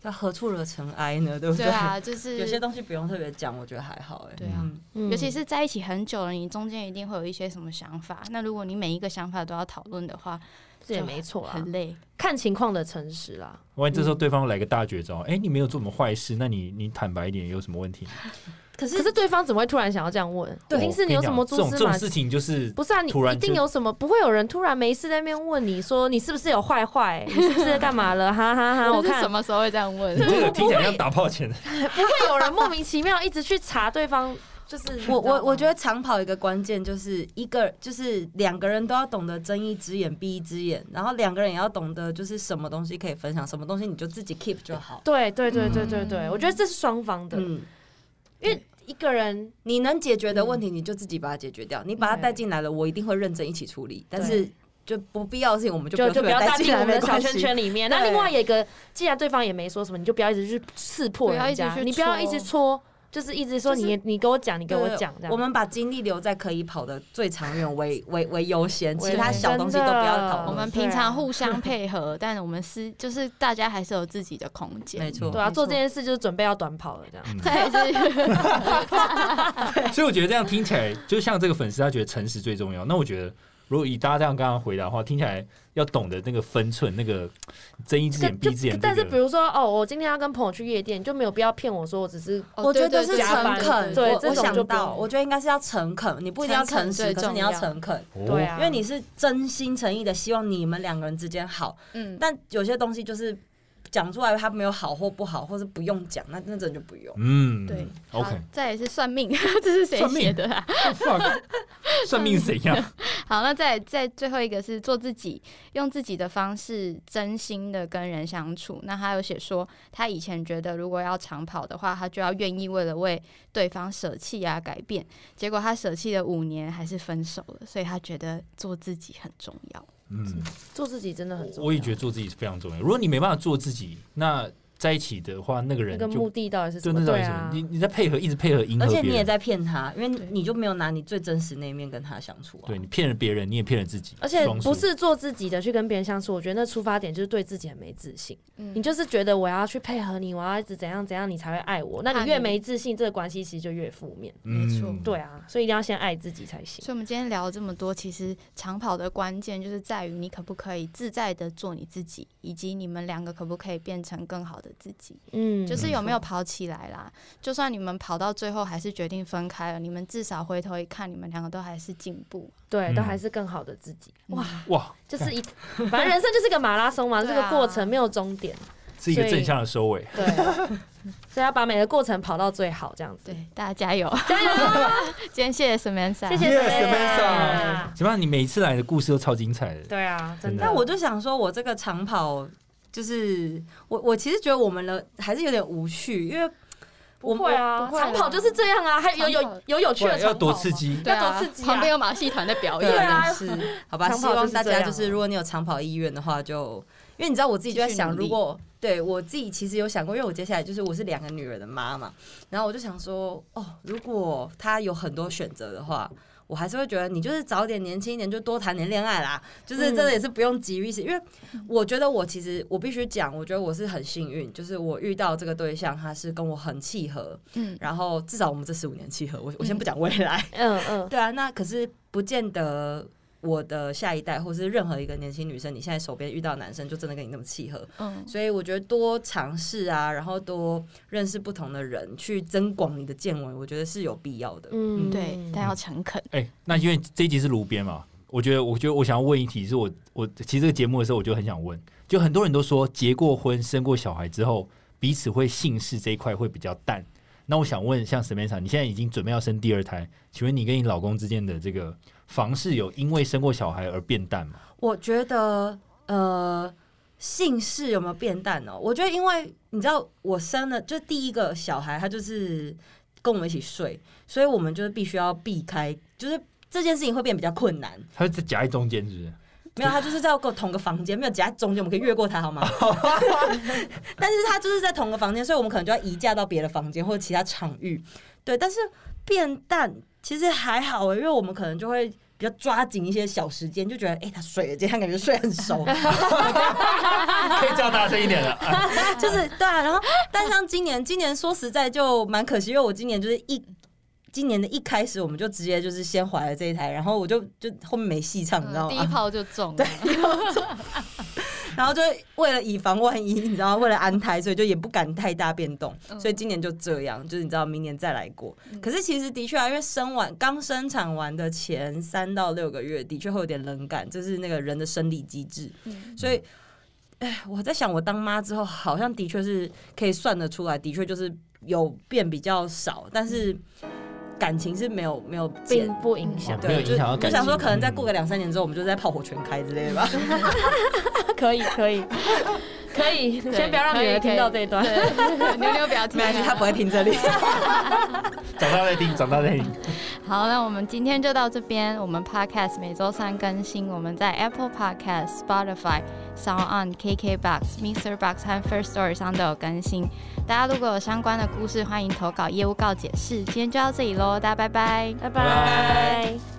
Speaker 4: 那何处惹尘埃呢？对不
Speaker 1: 对啊，就是
Speaker 4: 有些东西不用特别讲，我觉得还好哎、
Speaker 1: 对啊。
Speaker 4: 嗯
Speaker 2: 嗯
Speaker 1: 尤其是在一起很久了，你中间一定会有一些什么想法。那如果你每一个想法都要讨论的话，
Speaker 2: 这也没错啊
Speaker 1: 很，累。
Speaker 2: 看情况的诚实啦。
Speaker 3: 万一这时候对方来个大绝招，哎、你没有做什么坏事，那你你坦白一点，有什么问题？
Speaker 4: 可是
Speaker 2: 可是对方怎么会突然想要这样问？一定是你有什么
Speaker 3: 这
Speaker 2: 蛛
Speaker 3: 种这
Speaker 2: 丝
Speaker 3: 种
Speaker 2: 马
Speaker 3: 事
Speaker 2: 迹。
Speaker 3: 情就是
Speaker 2: 不是啊，你
Speaker 3: 突然
Speaker 2: 一定
Speaker 3: 就
Speaker 2: 有什么？不会有人突然没事在那边问你说你是不是有坏坏？ 你是不是在干嘛了？哈哈 哈！我
Speaker 1: 是
Speaker 2: 看
Speaker 1: 什么时候会这样问
Speaker 3: 你？ 这个听起来像打炮前的，
Speaker 2: 不会有人莫名其妙一直去查对方，就是
Speaker 4: 我我我觉
Speaker 2: 得
Speaker 4: 得长跑一个关键就是一个就是两个人都要懂得睁一只眼闭一只眼，然后两个人也要懂得就是什么东西可以分享，什么东西你就自己 keep 就好。
Speaker 2: 对对对对对
Speaker 1: 嗯
Speaker 2: 对，我觉得这是双方的，
Speaker 4: 嗯，
Speaker 2: 因为一个人
Speaker 4: 你能解
Speaker 2: 嗯
Speaker 4: 决的问题你就自己把它解决掉，你把它带进来了，我一定会认真一起处理。但是就不必要的事情我们就不
Speaker 2: 就
Speaker 4: 用
Speaker 2: 就
Speaker 4: 特
Speaker 2: 不
Speaker 4: 别
Speaker 2: 要
Speaker 4: 带
Speaker 2: 带
Speaker 4: 进
Speaker 2: 进我
Speaker 4: 来，
Speaker 2: 们
Speaker 4: 没
Speaker 2: 的小
Speaker 4: 关
Speaker 2: 圈
Speaker 4: 系。
Speaker 2: 圈里面。那
Speaker 4: 对
Speaker 2: 另外有一个，既然对方也没说什么，你就不要一直去刺破
Speaker 1: 不要
Speaker 2: 人
Speaker 1: 一直
Speaker 2: 家，
Speaker 1: 去
Speaker 2: 你不要一直
Speaker 1: 戳
Speaker 2: 戳，就是一直说
Speaker 4: 就是
Speaker 2: 你你给我讲，你给我
Speaker 4: 对
Speaker 2: 讲这样。
Speaker 4: 我们把精力留在可以跑的最长远为为为优先，
Speaker 2: 对
Speaker 4: 其他小东西都不要
Speaker 2: 真的
Speaker 4: 讨
Speaker 1: 我
Speaker 4: 论。
Speaker 1: 们 平常互相配合，但我们私就是大家还是有自己的空
Speaker 4: 没
Speaker 1: 间。
Speaker 4: 错，
Speaker 2: 对啊，
Speaker 4: 没错
Speaker 2: 做这件事就是准备要短跑了这样。
Speaker 3: 嗯
Speaker 1: 再来是
Speaker 3: 所以我觉得这样听起来，就像这个粉丝他觉得诚实最重要。那我觉得，如果以大家这样刚刚回答的话，听起来要懂得那个分寸，那个睁一只眼闭一只眼、这
Speaker 2: 但
Speaker 3: 个
Speaker 2: 是比如说哦，我今天要跟朋友去夜店，就没有必要骗我说我只是
Speaker 1: 哦
Speaker 4: 我觉
Speaker 1: 对对
Speaker 4: 得是
Speaker 1: 对
Speaker 2: 加
Speaker 4: 诚
Speaker 2: 班
Speaker 4: 恳，
Speaker 2: 对
Speaker 4: 我
Speaker 2: 这种
Speaker 4: 我
Speaker 2: 就
Speaker 4: 想
Speaker 2: 不用
Speaker 4: 到，我觉得应该是要诚恳，你不一定要诚
Speaker 1: 诚
Speaker 4: 实，
Speaker 1: 恳最
Speaker 4: 可是你要
Speaker 1: 重要
Speaker 4: 诚恳，
Speaker 3: 哦
Speaker 2: 对啊，
Speaker 4: 因为你是真心诚意的希望你们两个人之间好，
Speaker 1: 嗯，
Speaker 4: 但有些东西就是讲出来，它没有好或不好，或是不用讲，那那真的就不用。
Speaker 3: 嗯，
Speaker 1: 对好
Speaker 3: ，OK，
Speaker 1: 再来是算命， 这是谁
Speaker 3: 算命
Speaker 1: 写的啊？
Speaker 3: Fuck 算命怎样？
Speaker 1: 好，那再再最后一个是做自己，用自己的方式真心的跟人相处。那他有写说，他以前觉得如果要长跑的话，他就要愿意为了为对方舍弃啊改变。结果他舍弃了五年，还是分手了，所以他觉得做自己很重要。
Speaker 3: 嗯，
Speaker 2: 做自己真的很重要。
Speaker 3: 我也觉得做自己是非常重要。如果你没办法做自己，那在一起的话，那个
Speaker 2: 那
Speaker 3: 人
Speaker 2: 个
Speaker 3: 就
Speaker 2: 目的到底是
Speaker 3: 就
Speaker 2: 什
Speaker 3: 那
Speaker 2: 么？
Speaker 3: 到底
Speaker 2: 对
Speaker 3: 什么？
Speaker 2: 啊
Speaker 3: 你，你在配合，一直配合
Speaker 2: 嗯
Speaker 3: 迎
Speaker 4: 而
Speaker 3: 合
Speaker 4: 且你
Speaker 3: 别
Speaker 4: 也
Speaker 3: 人，
Speaker 4: 在骗他，因为
Speaker 1: 对
Speaker 4: 你就没有拿你最真实那一面跟他相处啊。
Speaker 3: 对你骗了别人，你也骗了自己，
Speaker 2: 而且
Speaker 3: 双输
Speaker 2: 不是做自己的去跟别人相处，我觉得那出发点就是对自己很没自信。
Speaker 1: 嗯
Speaker 2: 你就是觉得我要去配合你，我要一直怎样怎样，你才会爱我。那
Speaker 1: 怕
Speaker 2: 你
Speaker 1: 你
Speaker 2: 越没自信，这个关系其实就越负面。
Speaker 3: 嗯
Speaker 1: 没错
Speaker 2: 对啊，所以一定要先爱自己才行。
Speaker 1: 所以，我们今天聊了这么多，其实长跑的关键就是在于你可不可以自在的做你自己，以及你们两个可不可以变成更好的自己。
Speaker 2: 嗯，
Speaker 1: 就是有没有跑起来啦？就算你们跑到最后还是决定分开了，你们至少回头一看，你们两个都还是进步。嗯
Speaker 2: 对，
Speaker 3: 嗯
Speaker 2: 都还是更好的自己。
Speaker 4: 嗯
Speaker 2: 哇，
Speaker 3: 哇，
Speaker 2: 就是一，反正人生就是个马拉 松嘛，
Speaker 1: 对
Speaker 2: 这
Speaker 1: 啊
Speaker 2: 个过程没有终点。
Speaker 3: 是一个
Speaker 2: 所以
Speaker 3: 正向的收尾。
Speaker 2: 对，所以要把每个过程跑到最好，这样子。
Speaker 1: 对，大家加油！
Speaker 2: 加油！啊
Speaker 1: 今天谢谢 Samantha，
Speaker 2: 谢谢
Speaker 3: Yes,
Speaker 2: Samantha
Speaker 3: 怎么样？你每一次来的故事都超精彩的。
Speaker 2: 对啊，真的。
Speaker 4: 那我就想说，我这个长跑就是我，我其实觉得我们的还是有点无趣，因为我
Speaker 2: 不会啊，
Speaker 1: 不会啊
Speaker 2: 长跑就是这样啊，还有有
Speaker 1: 长跑
Speaker 2: 有有有趣
Speaker 3: 不
Speaker 2: 的
Speaker 3: 然
Speaker 2: 长跑
Speaker 3: 要
Speaker 2: 吗
Speaker 3: 多刺。激。
Speaker 1: 对
Speaker 2: 要
Speaker 1: 啊
Speaker 2: 多刺激，啊
Speaker 1: 旁边有马戏团在表
Speaker 4: 对
Speaker 1: 演。
Speaker 2: 啊
Speaker 4: 哦 是好吧？
Speaker 2: 长
Speaker 4: 希
Speaker 2: 跑就是
Speaker 4: 望大
Speaker 2: 这
Speaker 4: 家
Speaker 2: 样
Speaker 4: 就是，
Speaker 2: 啊
Speaker 4: 如果你有长跑意愿的话，就因为你知道我自己就在想，
Speaker 1: 继续努力
Speaker 4: 如果对我自己其实有想过，因为我接下来就是我是两个女儿的妈嘛，然后我就想说，哦，如果她有很多选择的话。我还是会觉得你就是早点年轻一点，就多谈点恋爱啦。就是
Speaker 2: 嗯
Speaker 4: 真的也是不用急于一时，因为我觉得我其实我必须讲，我觉得我是很幸运，就是我遇到这个对象，他是跟我很契合，
Speaker 1: 嗯，
Speaker 4: 然后至少我们这十五年契合，我我先不讲未来。
Speaker 2: 嗯嗯，
Speaker 4: 对啊，那可是不见得我的下一代或是任何一个年轻女生，你现在手边遇到的男生就真的跟你那么契合。
Speaker 1: 嗯，
Speaker 4: 所以我觉得多尝试啊，然后多认识不同的人，去增广你的见闻，我觉得是有必要的。
Speaker 2: 嗯，
Speaker 1: 对，但要诚恳。
Speaker 3: 哎、那因为这一集是炉边嘛，我觉得，我觉得我想要问一题，是我我其实这个节目的时候，我就很想问，就很多人都说结过婚、生过小孩之后，彼此会姓氏这一块会比较淡。那我想问，像沈美厂，你现在已经准备要生第二胎，请问你跟你老公之间的这个房事有因为生过小孩而变淡吗？
Speaker 4: 我觉得呃，姓氏有没有变淡哦？我觉得因为你知道，我生了就第一个小孩，他就是跟我们一起睡，所以我们就是必须要避开，就是这件事情会变比较困难。
Speaker 3: 他是夹在中间，是不是？
Speaker 4: 没有，他就是在跟我同个房间，没有夹在中间，我们可以越过他好吗？ 但是他就是在同个房间，所以我们可能就要移驾到别的房间或者其他场域。对，但是变淡其实还好、欸，因为我们可能就会比较抓紧一些小时间，就觉得哎、欸他睡了，今天感觉睡很 熟，
Speaker 3: 可以叫大声一点了。啊
Speaker 4: 就是对啊。然后，但像今年，今年说实在就蛮可惜，因为我今年就是一。今年的一开始，我们就直接就是先怀了这一胎，然后我就就后面没戏唱，你知道吗？
Speaker 1: 嗯第一炮就 中了，
Speaker 4: 然后就为了以防万一，你知道，为了安胎，所以就也不敢太大变动，
Speaker 1: 嗯
Speaker 4: 所以今年就这样，就是你知道，明年再来过。
Speaker 3: 嗯
Speaker 4: 可是其实的确啊，因为生完刚生产完的前三到六个月，的确会有点冷感，这是那个人的生理机制，
Speaker 1: 嗯
Speaker 4: 所以。哎，我在想，我当妈之后，好像的确是可以算得出来，的确就是有变比较少，但是感情是没有没有减
Speaker 2: 并不影响
Speaker 3: 哦，嗯没有
Speaker 4: 对，就
Speaker 3: 影响到感
Speaker 4: 就想说，
Speaker 3: 情嗯
Speaker 4: 可能再过个两三年之后，我们就在炮火全开之类的吧。
Speaker 2: 可以可以可以，
Speaker 1: 对
Speaker 2: 先不要让女儿听到这一段。
Speaker 1: 对 妞妞不要听啊
Speaker 4: 没。关系，他不会听这里。
Speaker 3: 长大再听，长大再听。
Speaker 1: 好，那我们今天就到这边。我们 Podcast 每周三更新，我们在 Apple Podcast、Spotify、Sound On、KKBox、Mr. Box 和 First Story 上都有更新。大家如果有相关的故事，欢迎投稿业务告解释。今天就到这里喽，大家拜拜。
Speaker 2: 拜拜。
Speaker 3: 拜